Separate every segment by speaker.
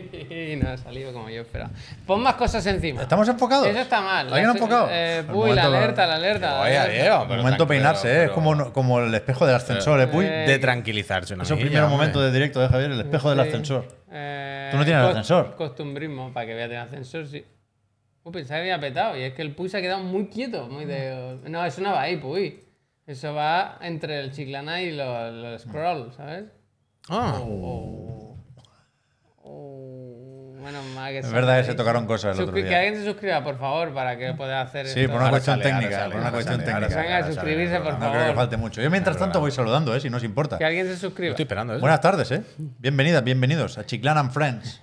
Speaker 1: y no ha salido como yo esperaba. Pon más cosas encima.
Speaker 2: ¿Estamos enfocados?
Speaker 1: Eso está mal.
Speaker 2: ¿Alguien
Speaker 1: Las-
Speaker 2: enfocado?
Speaker 1: eh, uy, la
Speaker 2: Al momento-
Speaker 1: alerta, la alerta. la
Speaker 3: Vaya,
Speaker 1: alerta.
Speaker 3: Diego, pero
Speaker 2: momento
Speaker 3: tranquilo,
Speaker 2: peinarse, ¿eh?
Speaker 3: pero
Speaker 2: Es como, no- como el espejo del ascensor, ¿eh, Puy?
Speaker 1: Eh,
Speaker 3: De tranquilizarse una
Speaker 2: Es el
Speaker 3: milla,
Speaker 2: primer
Speaker 3: hombre.
Speaker 2: momento de directo de Javier, el espejo del
Speaker 1: Sí.
Speaker 2: ascensor.
Speaker 1: Eh,
Speaker 2: Tú no tienes
Speaker 1: cos-
Speaker 2: ascensor.
Speaker 1: Costumbrismo, para que veas el ascensor, sí. Uy, pensaba que había petado. Y es que el Puy se ha quedado muy quieto. Muy de...
Speaker 2: Mm.
Speaker 1: No, eso no va ahí, Puy. Eso va entre el chiclana y los, los scroll, ¿sabes?
Speaker 3: Ah,
Speaker 1: Oh, menos mal que
Speaker 2: Es verdad que se tocaron cosas el otro
Speaker 1: Que
Speaker 2: día.
Speaker 1: alguien se suscriba, por favor, para que pueda hacer
Speaker 2: Sí,
Speaker 1: esto.
Speaker 2: por una
Speaker 3: Ahora
Speaker 2: cuestión
Speaker 3: sale, ahora
Speaker 2: técnica,
Speaker 3: sale,
Speaker 2: por una
Speaker 3: ahora
Speaker 2: cuestión
Speaker 3: sale, ahora
Speaker 2: técnica.
Speaker 1: Venga,
Speaker 3: ahora sale,
Speaker 1: suscribirse,
Speaker 3: ahora
Speaker 1: por
Speaker 3: sale.
Speaker 2: No creo que falte mucho. Yo mientras tanto voy saludando, ¿eh? Si no os importa.
Speaker 1: Que alguien se suscriba.
Speaker 3: Estoy esperando, ¿eh?
Speaker 2: Buenas tardes, ¿eh? Bienvenidas, bienvenidos a Chiclan and Friends,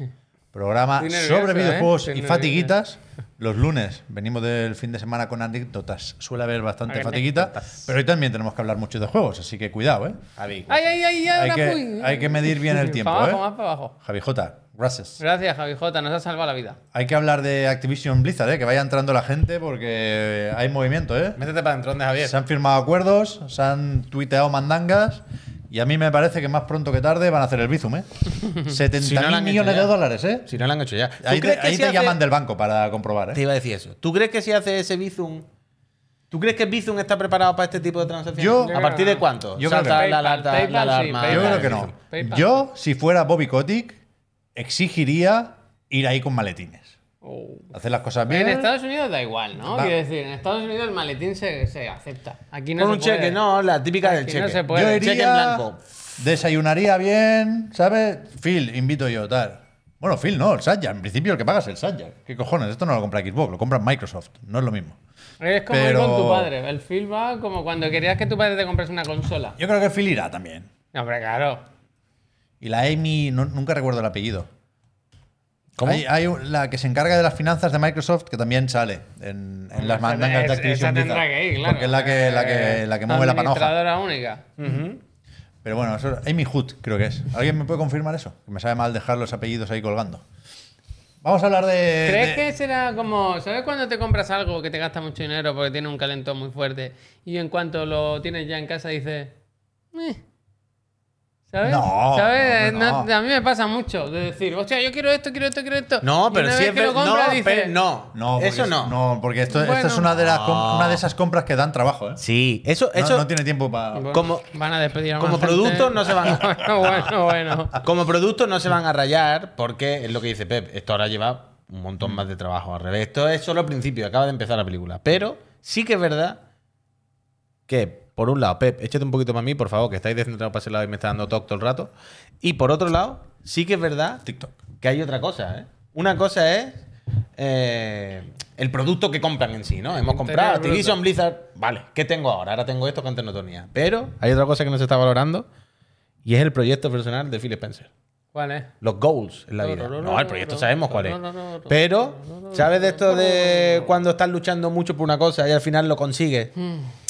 Speaker 2: programa
Speaker 1: Estoy nervioso,
Speaker 2: sobre
Speaker 1: ¿eh?
Speaker 2: videojuegos
Speaker 1: Estoy
Speaker 2: y
Speaker 1: nervioso.
Speaker 2: fatiguitas. Los lunes venimos del fin de semana con anécdotas. Suele haber bastante fatiguita, pero hoy también tenemos que hablar mucho de juegos, así que cuidado, ¿eh?
Speaker 3: Javi.
Speaker 1: ay, ay, ay, ay,
Speaker 2: Hay
Speaker 1: una
Speaker 2: que,
Speaker 1: Puy.
Speaker 2: hay que medir bien el tiempo,
Speaker 1: Para abajo, más
Speaker 2: ¿eh?
Speaker 1: para abajo.
Speaker 2: Javi J, gracias.
Speaker 1: Gracias, Javi J, nos ha salvado la vida.
Speaker 2: Hay que hablar de Activision Blizzard, ¿eh? Que vaya entrando la gente porque hay movimiento, ¿eh?
Speaker 3: pues, Métete para dentro, ¿dónde, Javier?
Speaker 2: Se han firmado acuerdos, se han tuiteado mandangas y a mí me parece que más pronto que tarde van a hacer el Bizum, ¿eh? 70
Speaker 3: Si no lo han hecho
Speaker 2: millones de
Speaker 3: ya.
Speaker 2: dólares, ¿eh?
Speaker 3: Si no lo han hecho ya. ¿Tú
Speaker 2: Ahí te,
Speaker 3: crees que
Speaker 2: ahí
Speaker 3: si
Speaker 2: te
Speaker 3: hace-
Speaker 2: llaman del banco para comprobar,
Speaker 3: Te
Speaker 2: ¿eh?
Speaker 3: iba a decir eso. ¿Tú crees que si hace ese Bizum... ¿Tú crees que Bizum está preparado para este tipo de transacciones?
Speaker 2: Yo-
Speaker 3: ¿A partir de cuánto?
Speaker 2: Yo creo
Speaker 3: Salta
Speaker 1: que-
Speaker 3: la alerta-
Speaker 1: PayPal,
Speaker 3: la
Speaker 1: sí,
Speaker 3: alarma
Speaker 1: PayPal.
Speaker 2: Yo
Speaker 3: de
Speaker 2: creo que
Speaker 3: Bizum.
Speaker 2: no.
Speaker 1: PayPal.
Speaker 2: Yo, si fuera Bobby Kotick, exigiría ir ahí con maletines.
Speaker 1: Oh.
Speaker 2: Hacer las cosas bien.
Speaker 1: En Estados Unidos da igual, ¿no?
Speaker 2: Va.
Speaker 1: Quiero decir, en Estados Unidos el maletín se, se acepta. Aquí no
Speaker 3: Con
Speaker 1: se
Speaker 3: un
Speaker 1: puede.
Speaker 3: cheque, Pues no, la típica del
Speaker 1: Aquí
Speaker 3: cheque.
Speaker 1: no se puede.
Speaker 2: Yo
Speaker 3: Cheque en
Speaker 2: iría,
Speaker 3: blanco.
Speaker 2: desayunaría bien, ¿sabes? Phil, invito yo, tal. Bueno, Phil no, el Satya. En principio el que paga es el Satya. ¿Qué cojones? Esto no lo compra Xbox, lo compra Microsoft. No es lo mismo.
Speaker 1: Es como ir
Speaker 2: Pero-
Speaker 1: con tu padre. El film va como cuando querías que tu padre te comprase una consola.
Speaker 2: Yo creo que Phil irá también.
Speaker 1: No, pero claro.
Speaker 2: Y la Amy, no- nunca recuerdo el apellido.
Speaker 3: ¿Cómo?
Speaker 2: Hay, hay un- la que se encarga de las finanzas de Microsoft que también sale en, en las
Speaker 1: Esa-
Speaker 2: mandangas de
Speaker 1: esa
Speaker 2: Activision
Speaker 1: tendrá
Speaker 2: Blizzard,
Speaker 1: que ir, claro. Eh,
Speaker 2: Porque es la que, la que, la que mueve la panoja.
Speaker 1: Administradora única.
Speaker 2: Pero bueno, eso- Amy Hood creo que es. ¿Alguien me puede confirmar eso? Que me sabe mal dejar los apellidos ahí colgando. Vamos a hablar de...
Speaker 1: ¿Crees
Speaker 3: Eh,
Speaker 2: de-
Speaker 1: que será como, ¿sabes cuando te compras algo que te gasta mucho dinero porque tiene un calentón muy fuerte y en cuanto lo tienes ya en casa dices, "Eh"? ¿sabes?
Speaker 2: No,
Speaker 1: ¿Sabes?
Speaker 2: hombre, no.
Speaker 1: No, A mí me pasa mucho de decir, hostia, yo quiero esto, quiero esto, quiero esto.
Speaker 3: No,
Speaker 1: Y
Speaker 3: pero
Speaker 1: una
Speaker 3: si
Speaker 1: vez
Speaker 3: es
Speaker 1: que
Speaker 3: ver-
Speaker 1: lo compras
Speaker 3: no,
Speaker 1: dices,
Speaker 3: pero no.
Speaker 2: No, porque
Speaker 3: eso
Speaker 2: es-
Speaker 3: no.
Speaker 2: No, porque esto, esto
Speaker 1: Bueno.
Speaker 2: es una de, las com-
Speaker 3: No.
Speaker 2: una de esas compras que dan trabajo. ¿eh?
Speaker 3: Sí, eso,
Speaker 2: No-
Speaker 3: eso
Speaker 2: no, tiene tiempo para...
Speaker 1: bueno,
Speaker 3: como-
Speaker 1: van a despedir a
Speaker 3: como
Speaker 1: más gente.
Speaker 3: producto no se van a-
Speaker 1: bueno, bueno, bueno.
Speaker 3: como producto no se van a rayar porque es lo que dice Pep. Esto ahora lleva un montón más de trabajo al revés. Esto es solo el principio, acaba de empezar la película. Pero sí que es verdad que, por un lado, Pep, échate un poquito para mí, por favor, que estáis descentrados para ese lado y me está dando toc todo el rato. Y por otro lado, sí que es verdad
Speaker 2: TikTok.
Speaker 3: que hay otra cosa, ¿eh? Una cosa es eh, el producto que compran en sí, ¿no? Hemos comprado
Speaker 1: bruto.
Speaker 3: Activision Blizzard, vale, ¿qué tengo ahora? Ahora tengo esto que antes no tenía. Pero hay otra cosa que no se está valorando y es el proyecto personal de Phil Spencer.
Speaker 1: ¿Cuál es?
Speaker 3: Los goals en la
Speaker 1: No,
Speaker 3: vida.
Speaker 1: no, no,
Speaker 3: No, el
Speaker 1: no,
Speaker 3: proyecto
Speaker 1: no,
Speaker 3: sabemos
Speaker 1: no,
Speaker 3: cuál es.
Speaker 1: no, no, no,
Speaker 3: Pero,
Speaker 1: no, no,
Speaker 3: ¿sabes de
Speaker 1: no,
Speaker 3: esto
Speaker 1: no, Hmm.
Speaker 3: de cuando estás luchando mucho por una cosa y al final lo consigues?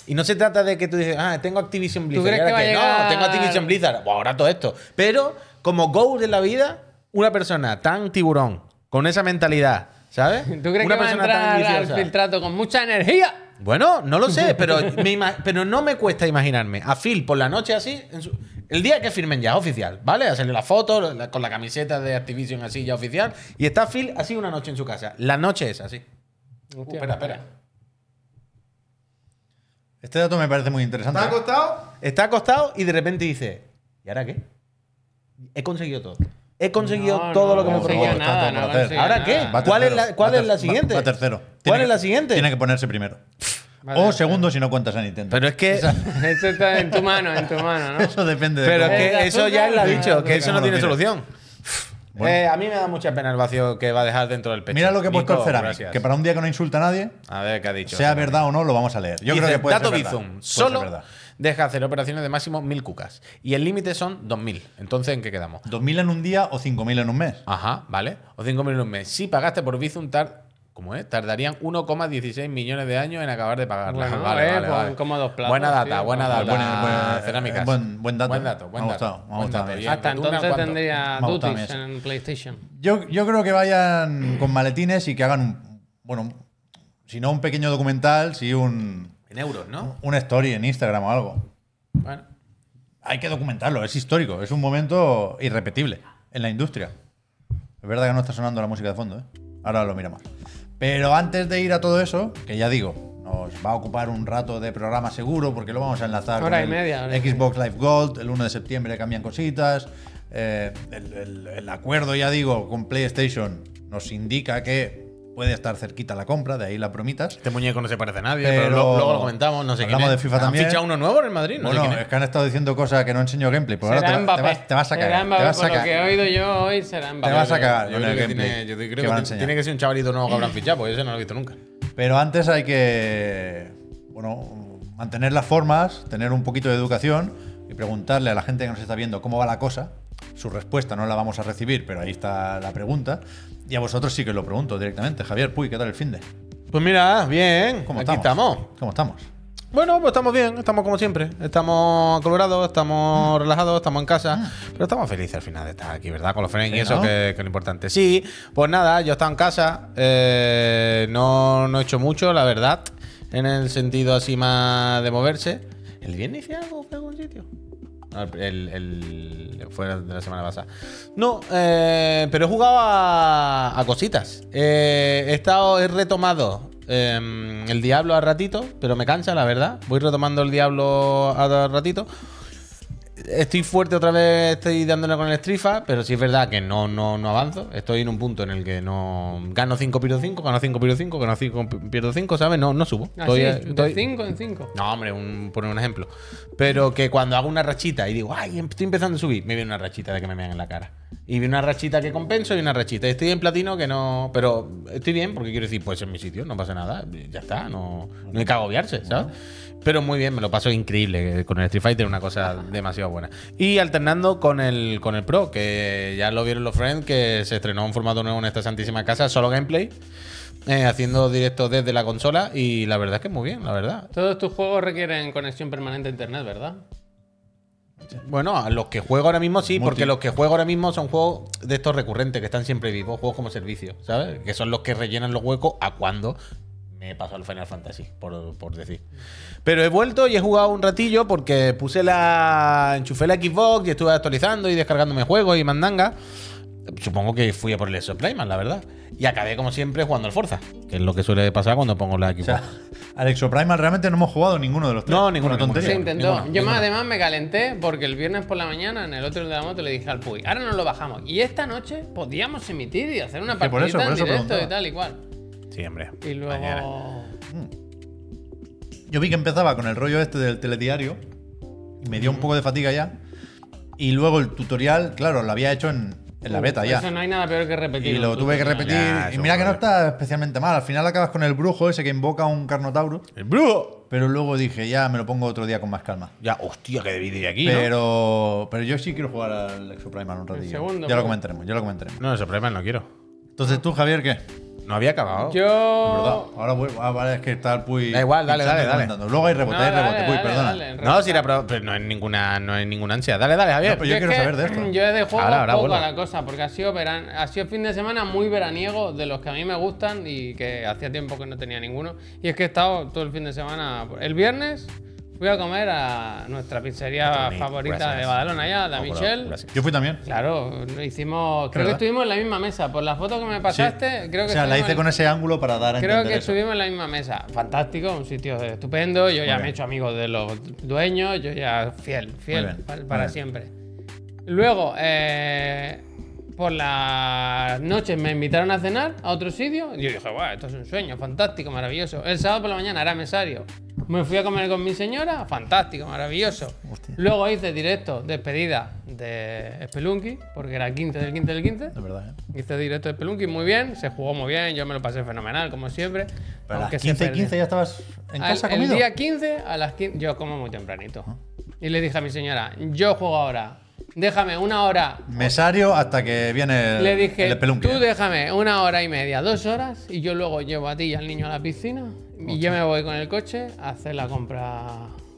Speaker 3: Y no se trata de que tú dices, ah, tengo Activision Blizzard.
Speaker 1: crees
Speaker 3: y ahora
Speaker 1: que va
Speaker 3: qué?
Speaker 1: a
Speaker 3: No,
Speaker 1: llegar-
Speaker 3: tengo Activision Blizzard. Buah, ahora todo esto. Pero, como goal de la vida, una persona tan tiburón, con esa mentalidad, ¿sabes?
Speaker 1: ¿Tú crees
Speaker 3: una
Speaker 1: que va a entrar al
Speaker 3: viciosa.
Speaker 1: filtrato con mucha energía?
Speaker 3: Bueno, no lo sé, pero, me ima- pero no me cuesta imaginarme a Phil por la noche así, en su- el día que firmen ya oficial, ¿vale? Ha salido la foto la- con la camiseta de Activision así ya oficial, y está Phil así una noche en su casa. La noche es así. Uh,
Speaker 1: Hostia, pues
Speaker 3: espera, espera.
Speaker 2: Este dato me parece muy interesante. ¿eh?
Speaker 3: acostado? Está acostado y de repente dice, ¿y ahora qué? He conseguido todo. He conseguido
Speaker 1: No,
Speaker 3: todo
Speaker 1: no,
Speaker 3: lo que me
Speaker 1: no
Speaker 2: por
Speaker 1: conseguía
Speaker 3: propongo.
Speaker 2: favor,
Speaker 1: nada,
Speaker 2: está
Speaker 1: no
Speaker 2: todo por hacer.
Speaker 1: conseguía
Speaker 3: ¿Ahora
Speaker 1: nada.
Speaker 3: qué?
Speaker 2: Va
Speaker 3: ¿Cuál es
Speaker 2: tercero,
Speaker 3: la- cuál
Speaker 2: va
Speaker 3: es la
Speaker 2: ter-
Speaker 3: siguiente?
Speaker 2: Va, va tercero.
Speaker 3: ¿Cuál
Speaker 2: Tiene
Speaker 3: es
Speaker 2: que-
Speaker 3: la siguiente?
Speaker 2: Tiene que ponerse primero.
Speaker 1: Vale,
Speaker 2: O
Speaker 3: oh,
Speaker 1: vale.
Speaker 2: segundo si no cuentas a Nintendo.
Speaker 3: Pero es que...
Speaker 1: Eso está en tu mano, en tu mano, ¿no?
Speaker 2: eso depende de
Speaker 3: Pero
Speaker 2: cómo-
Speaker 3: es
Speaker 1: Eh,
Speaker 3: que eso ya él lo ha
Speaker 1: azúcar,
Speaker 3: dicho, que
Speaker 1: azúcar.
Speaker 3: eso no
Speaker 2: Bueno,
Speaker 3: tiene
Speaker 2: mira.
Speaker 3: solución.
Speaker 2: Bueno.
Speaker 3: Eh, a mí me da mucha pena el vacío que va a dejar dentro del pecho.
Speaker 2: Mira lo que he puesto
Speaker 3: Nico,
Speaker 2: el Ceramic,
Speaker 3: gracias.
Speaker 2: que para un día que no insulta a nadie,
Speaker 3: A ver qué ha dicho.
Speaker 2: sea verdad o no, lo vamos a leer. Yo
Speaker 3: Dice,
Speaker 2: creo que puede
Speaker 3: Dato
Speaker 2: ser verdad.
Speaker 3: Bizum
Speaker 2: Puede ser
Speaker 3: solo
Speaker 2: verdad.
Speaker 3: deja hacer operaciones de máximo 1000 cucas. Y el límite son 2000. Entonces, ¿en qué quedamos?
Speaker 2: 2.000 en un día o 5.000 en un mes.
Speaker 3: Ajá, ¿vale? O 5.000 en un mes. Si pagaste por Bizum, tar... ¿cómo es? Tardarían 1,16 millones de años en acabar de pagarla.
Speaker 1: Bueno, eh, pues, como dos plazos, pues,
Speaker 3: Buena data,
Speaker 1: tío,
Speaker 3: buena
Speaker 1: como-
Speaker 3: data.
Speaker 2: Buen- buen-
Speaker 3: Cerámicas.
Speaker 2: buen- buen dato.
Speaker 3: Buen dato, buen
Speaker 2: Me ha
Speaker 3: dato.
Speaker 2: gustado, me ha
Speaker 3: Buen
Speaker 2: gustado.
Speaker 3: dato. Y
Speaker 1: eh, Hasta
Speaker 3: Antuna,
Speaker 1: entonces
Speaker 3: ¿cuánto?
Speaker 1: tendría
Speaker 2: Me ha gustado a mí
Speaker 1: duties
Speaker 2: eso.
Speaker 1: en PlayStation.
Speaker 2: Yo, yo creo que vayan con maletines y que hagan un. Bueno, si no un pequeño documental, si un.
Speaker 3: En euros, ¿no?
Speaker 2: Una story en Instagram o algo.
Speaker 3: Bueno.
Speaker 2: Hay que documentarlo, es histórico, es un momento irrepetible en la industria. Es verdad que no está sonando la música de fondo, ¿eh? Ahora lo miramos. Pero antes de ir a todo eso, que ya digo, nos va a ocupar un rato de programa seguro porque lo vamos a enlazar
Speaker 1: Hora y
Speaker 2: el
Speaker 1: media, hora y
Speaker 2: Xbox Live Gold, el 1 de septiembre cambian cositas, eh, el, el- el acuerdo, ya digo, con PlayStation nos indica que puede estar cerquita la compra, de ahí la bromitas.
Speaker 3: Este muñeco no se parece a nadie,
Speaker 2: Pero-
Speaker 3: pero, luego, luego lo comentamos. No sé
Speaker 2: Hablamos
Speaker 3: quién
Speaker 2: de
Speaker 3: es.
Speaker 2: FIFA
Speaker 3: ¿Han
Speaker 2: también.
Speaker 3: fichado uno nuevo en el Madrid? No sé
Speaker 2: bueno,
Speaker 3: quién es.
Speaker 2: es que han estado diciendo cosas que no enseño gameplay, pero
Speaker 1: Será
Speaker 2: ahora te, va-
Speaker 1: Mbappé.
Speaker 2: te vas, te vas a
Speaker 1: Será
Speaker 2: cagar.
Speaker 1: Mbappé,
Speaker 2: Te vas a
Speaker 1: por lo
Speaker 2: cagar.
Speaker 1: que he oído yo hoy, será Mbappé.
Speaker 2: Te vas a cagar
Speaker 3: Yo
Speaker 2: con
Speaker 3: creo
Speaker 2: el
Speaker 3: que
Speaker 2: gameplay.
Speaker 3: tiene- yo creo
Speaker 2: que
Speaker 3: que
Speaker 2: van a
Speaker 3: ti-
Speaker 2: enseñar.
Speaker 3: tiene que ser un chavalito nuevo que habrán fichado, porque ese no lo he visto nunca.
Speaker 2: Pero antes hay que, bueno, mantener las formas, tener un poquito de educación y preguntarle a la gente que nos está viendo cómo va la cosa. Su respuesta no la vamos a recibir, pero ahí está la pregunta. Y a vosotros sí que os lo pregunto directamente. Javier, puy, ¿qué tal el fin de?
Speaker 3: Pues mira, bien.
Speaker 2: ¿Cómo
Speaker 3: aquí
Speaker 2: estamos?
Speaker 3: estamos.
Speaker 2: ¿Cómo estamos?
Speaker 3: Bueno, pues estamos bien, estamos como siempre. Estamos colorados, estamos relajados, estamos en casa. Pero estamos felices al final de estar aquí, ¿verdad? Con los friends
Speaker 2: Sí,
Speaker 3: y eso,
Speaker 2: ¿no?
Speaker 3: que, que es lo importante. Sí, pues nada, yo he estado en casa. eh, no, no he hecho mucho, la verdad. En el sentido así más de moverse. ¿El viernes hice algo? ¿Fue a algún sitio? No, el, el- el- fue de la semana pasada. No, eh, pero he jugado a, a cositas. Eh, he estado, he retomado eh, el Diablo a ratito, pero me cansa, la verdad. Voy retomando el Diablo a ratito. Estoy fuerte otra vez, estoy dándole con el Strifa, pero sí es verdad que no, no, no avanzo. Estoy en un punto en el que no. Gano 5 pierdo 5, gano 5 pierdo 5, gano 5 pierdo 5, ¿sabes? No, no subo.
Speaker 1: Así,
Speaker 3: Estoy- eh,
Speaker 1: de
Speaker 3: estoy-
Speaker 1: 5 en 5.
Speaker 3: no, hombre, un, poner un ejemplo. Pero que cuando hago una rachita y digo, ay, em, estoy empezando a subir, me viene una rachita de que me mean en la cara. Y viene una rachita que compenso y una rachita. Estoy en platino que no. Pero estoy bien porque quiero decir, pues en mi sitio, no pasa nada, ya está, no, no hay que agobiarse, ¿sabes? Pero muy bien, me lo paso increíble. eh, Con el Street Fighter, una cosa demasiado buena. Y alternando con el, con el Pro, que ya lo vieron los friends, que se estrenó un formato nuevo en esta santísima casa, solo gameplay. eh, haciendo directos desde la consola y la verdad es que muy bien, la verdad.
Speaker 1: Todos tus juegos requieren conexión permanente a internet, ¿verdad?
Speaker 3: Bueno, a los que juego ahora mismo sí,
Speaker 2: Multi.
Speaker 3: porque los que juego ahora mismo son juegos de estos recurrentes que están siempre vivos, juegos como servicio, ¿sabes? Que son los que rellenan los huecos a cuando me pasó al Final Fantasy, por, por decir. Pero he vuelto y he jugado un ratillo porque puse la. enchufé la Xbox y estuve actualizando y descargándome juegos y mandanga. Supongo que fui a por el Playman, la verdad. Y acabé, como siempre, jugando al Forza, que es lo que suele pasar cuando pongo la
Speaker 2: O
Speaker 3: Xbox.
Speaker 2: sea, Alexo Primal realmente no hemos jugado ninguno de los tres.
Speaker 3: No, ninguno,
Speaker 2: Una tontería.
Speaker 1: Se
Speaker 3: ninguno.
Speaker 1: intentó.
Speaker 3: ninguna,
Speaker 1: Yo
Speaker 3: ninguna.
Speaker 1: más, además me calenté porque el viernes por la mañana en el otro de la moto le dije al Puy, ahora nos lo bajamos. Y esta noche podíamos emitir y hacer una
Speaker 2: Que por
Speaker 1: partida
Speaker 2: eso, por
Speaker 1: en
Speaker 2: eso
Speaker 1: directo
Speaker 2: preguntaba.
Speaker 1: y tal y cual.
Speaker 3: Sí, hombre.
Speaker 1: Y luego.
Speaker 3: Mañana.
Speaker 2: Yo vi que empezaba con el rollo este del telediario y me dio un poco de fatiga ya. Y luego el tutorial, claro, lo había hecho en, en la beta ya.
Speaker 1: Eso no hay nada peor que repetir.
Speaker 2: Y lo
Speaker 1: un
Speaker 2: tuve que
Speaker 1: tutorial.
Speaker 2: repetir.
Speaker 3: Ya,
Speaker 2: y
Speaker 3: eso
Speaker 2: mira que no
Speaker 3: vale.
Speaker 2: está especialmente mal. Al final acabas con el brujo ese que invoca un carnotauro.
Speaker 3: ¡El brujo!
Speaker 2: Pero luego dije, ya me lo pongo otro día con más calma.
Speaker 3: Ya, hostia, que debí de ir aquí. ¿no?
Speaker 2: Pero, pero yo sí quiero jugar al Exoprimal un ratillo.
Speaker 1: segundo,
Speaker 2: ya lo
Speaker 1: ¿no?
Speaker 2: comentaremos, ya lo comentaremos.
Speaker 3: No, el Playman no quiero.
Speaker 2: Entonces tú, Javier, ¿qué?
Speaker 3: No había acabado.
Speaker 2: ¿Verdad?
Speaker 1: Yo.
Speaker 2: Ahora vuelvo. Ah, vale, es que está el Puy.
Speaker 3: Da igual, dale,
Speaker 2: pinchando y
Speaker 3: dale, dale.
Speaker 2: comentando. Luego hay rebote,
Speaker 1: No,
Speaker 2: hay
Speaker 1: dale,
Speaker 2: rebote, Puy,
Speaker 1: dale,
Speaker 2: perdona.
Speaker 1: dale, dale.
Speaker 3: no, si la pro- pero no es ninguna, no hay ninguna ansia. Dale, dale, Javier.
Speaker 2: No, pero Pues yo
Speaker 1: es
Speaker 2: quiero
Speaker 1: que,
Speaker 2: saber de esto.
Speaker 1: Yo he de juego
Speaker 3: Ahora, ahora
Speaker 1: poco a
Speaker 3: vuelvo.
Speaker 1: la cosa, porque ha sido, veran- ha sido fin de semana muy veraniego, de los que a mí me gustan y que hacía tiempo que no tenía ninguno. Y es que he estado todo el fin de semana. El viernes fui a comer a nuestra pizzería
Speaker 3: Tony,
Speaker 1: favorita
Speaker 3: gracias.
Speaker 1: de Badalona, ya, la
Speaker 3: No, por-
Speaker 1: Michelle.
Speaker 3: gracias.
Speaker 2: Yo fui también.
Speaker 1: Claro, lo hicimos. Creo
Speaker 2: ¿Verdad?
Speaker 1: que estuvimos en la misma mesa. Por la foto que me pasaste, creo que
Speaker 2: o sea, la
Speaker 1: estuvimos
Speaker 2: hice
Speaker 1: en-
Speaker 2: con ese ángulo para dar a
Speaker 1: Creo
Speaker 2: entender
Speaker 1: que
Speaker 2: eso.
Speaker 1: estuvimos en la misma mesa. Fantástico, un sitio estupendo. Yo ya
Speaker 2: bien.
Speaker 1: me he hecho amigo de los dueños. Yo ya fiel,
Speaker 2: Muy
Speaker 1: fiel
Speaker 2: bien,
Speaker 1: pa-
Speaker 2: muy
Speaker 1: para
Speaker 2: bien.
Speaker 1: siempre. Luego, eh, por las noches me invitaron a cenar a otro sitio. Y yo dije, guau, esto es un sueño, fantástico, maravilloso. El sábado por la mañana era mesario. Me fui a comer con mi señora, fantástico, maravilloso.
Speaker 2: Hostia.
Speaker 1: Luego hice directo despedida de Spelunky, porque era 15 del 15 del 15.
Speaker 2: De verdad, ¿eh?
Speaker 1: Hice directo de Pelunky muy bien, se jugó muy bien, yo me lo pasé fenomenal, como siempre.
Speaker 2: Pero a
Speaker 1: aunque
Speaker 2: las
Speaker 1: se
Speaker 2: 15 y
Speaker 1: perdió.
Speaker 2: 15 ya estabas en
Speaker 1: Al-
Speaker 2: casa
Speaker 1: el,
Speaker 2: comido.
Speaker 1: día 15 a las 15, yo como muy tempranito. Y le dije a mi señora, yo juego ahora, déjame una hora.
Speaker 2: Mesario hasta que viene el,
Speaker 1: le dije,
Speaker 2: el espelunque.
Speaker 1: tú déjame una hora y media, dos horas, y yo luego llevo a ti y al niño a la piscina, y yo me voy con el coche a hacer la compra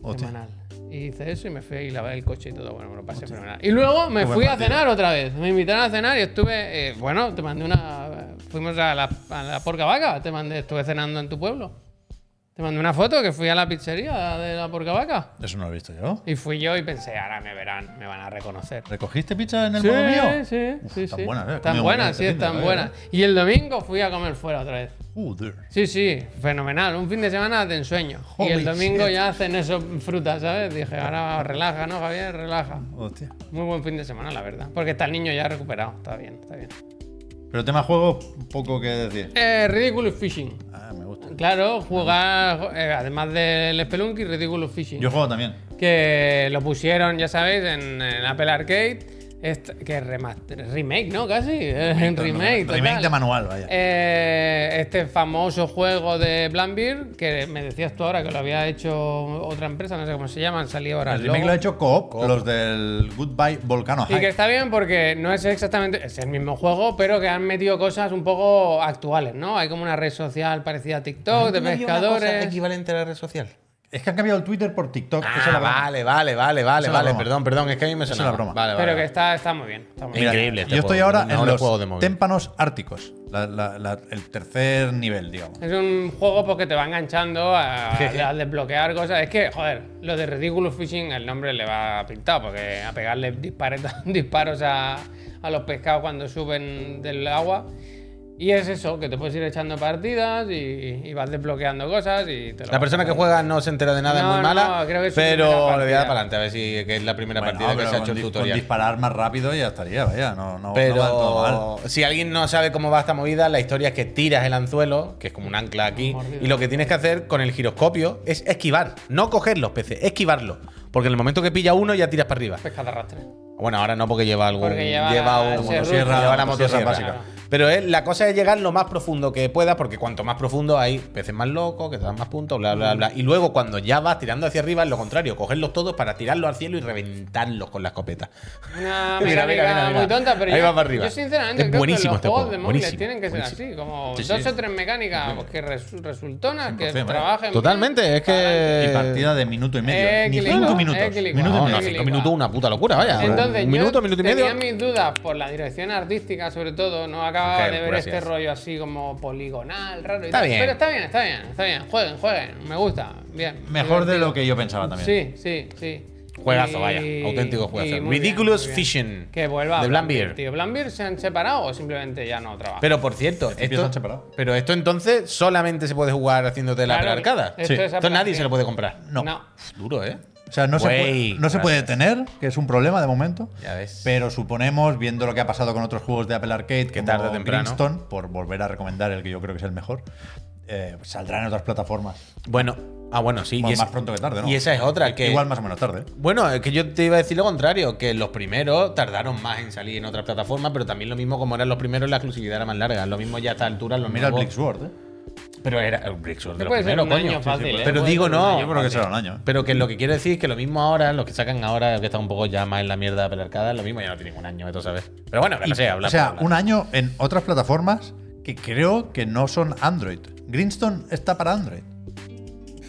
Speaker 2: Hostia.
Speaker 1: semanal. Y hice eso y me fui y lavé el coche y todo. Bueno, me lo pasé fenomenal. Y luego me
Speaker 2: Qué buen
Speaker 1: fui a
Speaker 2: partido.
Speaker 1: cenar otra vez. Me invitaron a cenar y estuve. eh, bueno, te mandé una. Fuimos a la, a la porca vaca, te mandé, estuve cenando en tu pueblo. Te Te mandé una foto que fui a la pizzería de la Porcavaca.
Speaker 2: Eso no lo he visto yo.
Speaker 1: Y fui yo y pensé, ahora me verán, me van a reconocer.
Speaker 2: ¿Recogiste pizza en el
Speaker 1: Sí,
Speaker 2: modo mío?
Speaker 1: sí,
Speaker 2: Uf,
Speaker 1: sí,
Speaker 2: tan
Speaker 1: sí.
Speaker 2: buenas, eh.
Speaker 1: Tan
Speaker 2: Comido
Speaker 1: buenas,
Speaker 2: muy
Speaker 1: sí,
Speaker 2: bien, este fin
Speaker 1: están
Speaker 2: de,
Speaker 1: buenas.
Speaker 2: eh.
Speaker 1: Y el domingo fui a comer fuera otra vez.
Speaker 2: Joder.
Speaker 1: Sí, sí, fenomenal. Un fin de semana de ensueño. y
Speaker 2: Holy
Speaker 1: el domingo
Speaker 2: shit.
Speaker 1: ya hacen eso frutas, ¿sabes? Dije, ahora relaja, ¿no, Javier? Relaja.
Speaker 2: Hostia.
Speaker 1: Muy buen fin de semana, la verdad. Porque está el niño ya recuperado. Está bien, está bien.
Speaker 2: Pero tema juego, poco que decir.
Speaker 1: Eh, Ridiculous Fishing.
Speaker 2: Ah, me gusta.
Speaker 1: Claro, jugar, eh, además del Spelunky, Ridiculous Fishing.
Speaker 2: Yo juego también.
Speaker 1: Que lo pusieron, ya sabéis, en, en Apple Arcade. Est- que remaster- remake, ¿no? Casi. eh, En remake.
Speaker 2: Remake
Speaker 1: total.
Speaker 2: de manual, vaya.
Speaker 1: Eh, este famoso juego de Blambeer, que me decías tú ahora que lo había hecho otra empresa, no sé cómo se llaman, salía ahora.
Speaker 2: el
Speaker 1: el
Speaker 2: remake
Speaker 1: logo.
Speaker 2: lo ha hecho Coop, los del Goodbye Volcano
Speaker 1: Y que
Speaker 2: High.
Speaker 1: está bien porque no es exactamente es el mismo juego, pero que han metido cosas un poco actuales, ¿no? Hay como una red social parecida a TikTok de pescadores.
Speaker 3: equivalente a la red social.
Speaker 2: Es que han cambiado el Twitter por TikTok.
Speaker 3: Ah,
Speaker 2: esa es la broma.
Speaker 3: vale, vale, vale, vale,
Speaker 2: es la
Speaker 3: vale.
Speaker 2: broma.
Speaker 3: Perdón, perdón, es que a mí me
Speaker 2: Esa es
Speaker 3: sonaba.
Speaker 2: la broma.
Speaker 3: Vale, vale,
Speaker 1: Pero que
Speaker 3: vale.
Speaker 1: está, está muy bien. está muy bien.
Speaker 2: Mira,
Speaker 3: Increíble este
Speaker 2: yo estoy
Speaker 3: juego,
Speaker 2: ahora
Speaker 3: no
Speaker 2: en
Speaker 3: lo
Speaker 2: los
Speaker 3: juego de móvil.
Speaker 2: témpanos árticos, la- la- la- el tercer nivel, digamos.
Speaker 1: Es un juego porque te va enganchando a, a desbloquear cosas. Es que, joder, lo de Ridiculous Fishing, el nombre le va pintado, porque a pegarle dispareta- disparos a, a los pescados cuando suben del agua. Y es eso, que te puedes ir echando partidas y, y vas desbloqueando cosas y te lo
Speaker 3: La persona que juega no se entera de nada,
Speaker 1: No,
Speaker 3: es muy mala.
Speaker 1: no, creo que es su primera
Speaker 3: pero le voy a
Speaker 1: partida.
Speaker 3: dar para adelante, a ver si que es la primera
Speaker 2: Bueno,
Speaker 3: partida que
Speaker 2: pero
Speaker 3: se ha hecho
Speaker 2: con
Speaker 3: el
Speaker 2: di- con
Speaker 3: tutorial.
Speaker 2: disparar más rápido ya estaría, vaya, no, no, no va del todo mal.
Speaker 3: Pero si alguien no sabe cómo va esta movida, la historia es que tiras el anzuelo, que es como un ancla aquí,
Speaker 1: Mordido.
Speaker 3: y lo que tienes que hacer con el giroscopio es esquivar, no coger los peces, esquivarlo. Porque en el momento que pilla uno ya tiras para arriba.
Speaker 1: pesca de arrastre.
Speaker 3: Bueno, ahora no porque lleva algo.
Speaker 1: Porque lleva
Speaker 3: un-
Speaker 1: ese
Speaker 2: motosierra,
Speaker 3: lleva
Speaker 2: motosierra
Speaker 3: la motosierra
Speaker 2: básica.
Speaker 3: Claro. Pero es, la cosa es llegar lo más profundo que puedas, porque cuanto más profundo hay peces más locos, que te dan más puntos, bla, bla, bla. Y luego cuando ya vas tirando hacia arriba, es lo contrario, cogerlos todos para tirarlos al cielo y reventarlos con la escopeta.
Speaker 1: Una
Speaker 3: Mira, mira,
Speaker 1: mecánica
Speaker 3: mira, mira.
Speaker 1: muy tonta, pero
Speaker 3: Ahí
Speaker 1: yo,
Speaker 3: va para arriba.
Speaker 1: yo sinceramente
Speaker 3: Es
Speaker 1: creo que los
Speaker 3: buenísimo este
Speaker 1: juegos
Speaker 3: juego,
Speaker 1: de móviles
Speaker 3: buenísimo,
Speaker 1: tienen que ser
Speaker 3: buenísimo.
Speaker 1: así, como
Speaker 2: Sí, sí.
Speaker 1: dos o tres mecánicas pues, que res- resultonas, que
Speaker 2: 100%, ¿eh?
Speaker 1: trabajen.
Speaker 3: Totalmente, es que.
Speaker 2: Y partida de minuto y medio.
Speaker 1: Eh,
Speaker 2: Ni
Speaker 1: equilibrio,
Speaker 2: cinco
Speaker 1: eh,
Speaker 2: minutos.
Speaker 1: equilibrio.
Speaker 2: Minuto y
Speaker 3: eh, No,
Speaker 1: de
Speaker 2: medio.
Speaker 3: no,
Speaker 1: mil
Speaker 3: cinco
Speaker 1: igual.
Speaker 3: minutos, una puta locura, vaya.
Speaker 1: Entonces,
Speaker 3: un minuto,
Speaker 1: yo
Speaker 3: minuto y medio.
Speaker 1: tenía mis dudas por la dirección artística, sobre todo. No acababa
Speaker 3: Qué
Speaker 1: de ver
Speaker 3: locura,
Speaker 1: este
Speaker 3: sí es.
Speaker 1: rollo así como poligonal, raro. y
Speaker 3: Está
Speaker 1: tal.
Speaker 3: bien.
Speaker 1: Pero está bien, está bien, está bien. Jueguen, jueguen. Me gusta. Bien.
Speaker 2: Mejor de
Speaker 1: divertido.
Speaker 2: lo que yo pensaba también.
Speaker 1: Sí, sí, sí.
Speaker 3: Juegazo,
Speaker 1: Y-
Speaker 3: vaya. Auténtico juegazo.
Speaker 1: y muy bien,
Speaker 3: Ridiculous
Speaker 1: muy bien.
Speaker 3: Fishing,
Speaker 1: Que vuelva.
Speaker 3: de Blambeer.
Speaker 1: Tío, ¿Blambeer se han separado o simplemente ya no trabajan?
Speaker 3: Pero por cierto,
Speaker 2: principio
Speaker 3: esto,
Speaker 2: están separados.
Speaker 3: pero esto entonces solamente se puede jugar haciéndote la
Speaker 1: Claro,
Speaker 3: prearcada.
Speaker 1: esto
Speaker 2: Sí.
Speaker 1: es
Speaker 3: Esto nadie
Speaker 1: aparte.
Speaker 3: se lo puede comprar.
Speaker 2: No.
Speaker 1: No.
Speaker 3: Uf, Duro, ¿eh?
Speaker 2: O sea, no, se,
Speaker 3: Güey,
Speaker 2: puede, no se
Speaker 3: gracias.
Speaker 2: puede tener, que es un problema de momento.
Speaker 3: Ya ves.
Speaker 2: Pero suponemos, viendo lo que ha pasado con otros juegos de Apple Arcade, que
Speaker 3: tarde o temprano.
Speaker 2: por volver a recomendar el que yo creo que es el mejor, eh, saldrá en otras plataformas.
Speaker 3: Bueno, ah, bueno, sí.
Speaker 2: Bueno,
Speaker 3: y es-
Speaker 2: más pronto que tarde, ¿no?
Speaker 3: Y esa es otra. Que,
Speaker 2: Igual más o menos tarde. ¿eh?
Speaker 3: Bueno, es que yo te iba a decir lo contrario, que los primeros tardaron más en salir en otras plataformas, pero también lo mismo como eran los primeros, la exclusividad era más larga. Lo mismo ya a esta altura, los
Speaker 2: Mira el
Speaker 3: nuevos-
Speaker 2: Blix World, ¿eh?
Speaker 3: Pero era el Brick Sword de los
Speaker 1: Puede ser
Speaker 3: primeros,
Speaker 1: un
Speaker 3: coño.
Speaker 1: año fácil, ¿eh?
Speaker 3: Pero
Speaker 1: Puede
Speaker 3: digo,
Speaker 1: ser un
Speaker 3: no.
Speaker 1: año
Speaker 2: Yo creo que será un año. ¿eh?
Speaker 3: Pero que lo que quiero decir es que lo mismo ahora, los que sacan ahora, que están un poco ya más en la mierda de pelarcada, lo mismo ya no tienen un año, esto sabes. Pero bueno, que no sé, hablar.
Speaker 2: o sea,
Speaker 3: por hablar.
Speaker 2: un año en otras plataformas que creo que no son Android. Greenstone está para Android.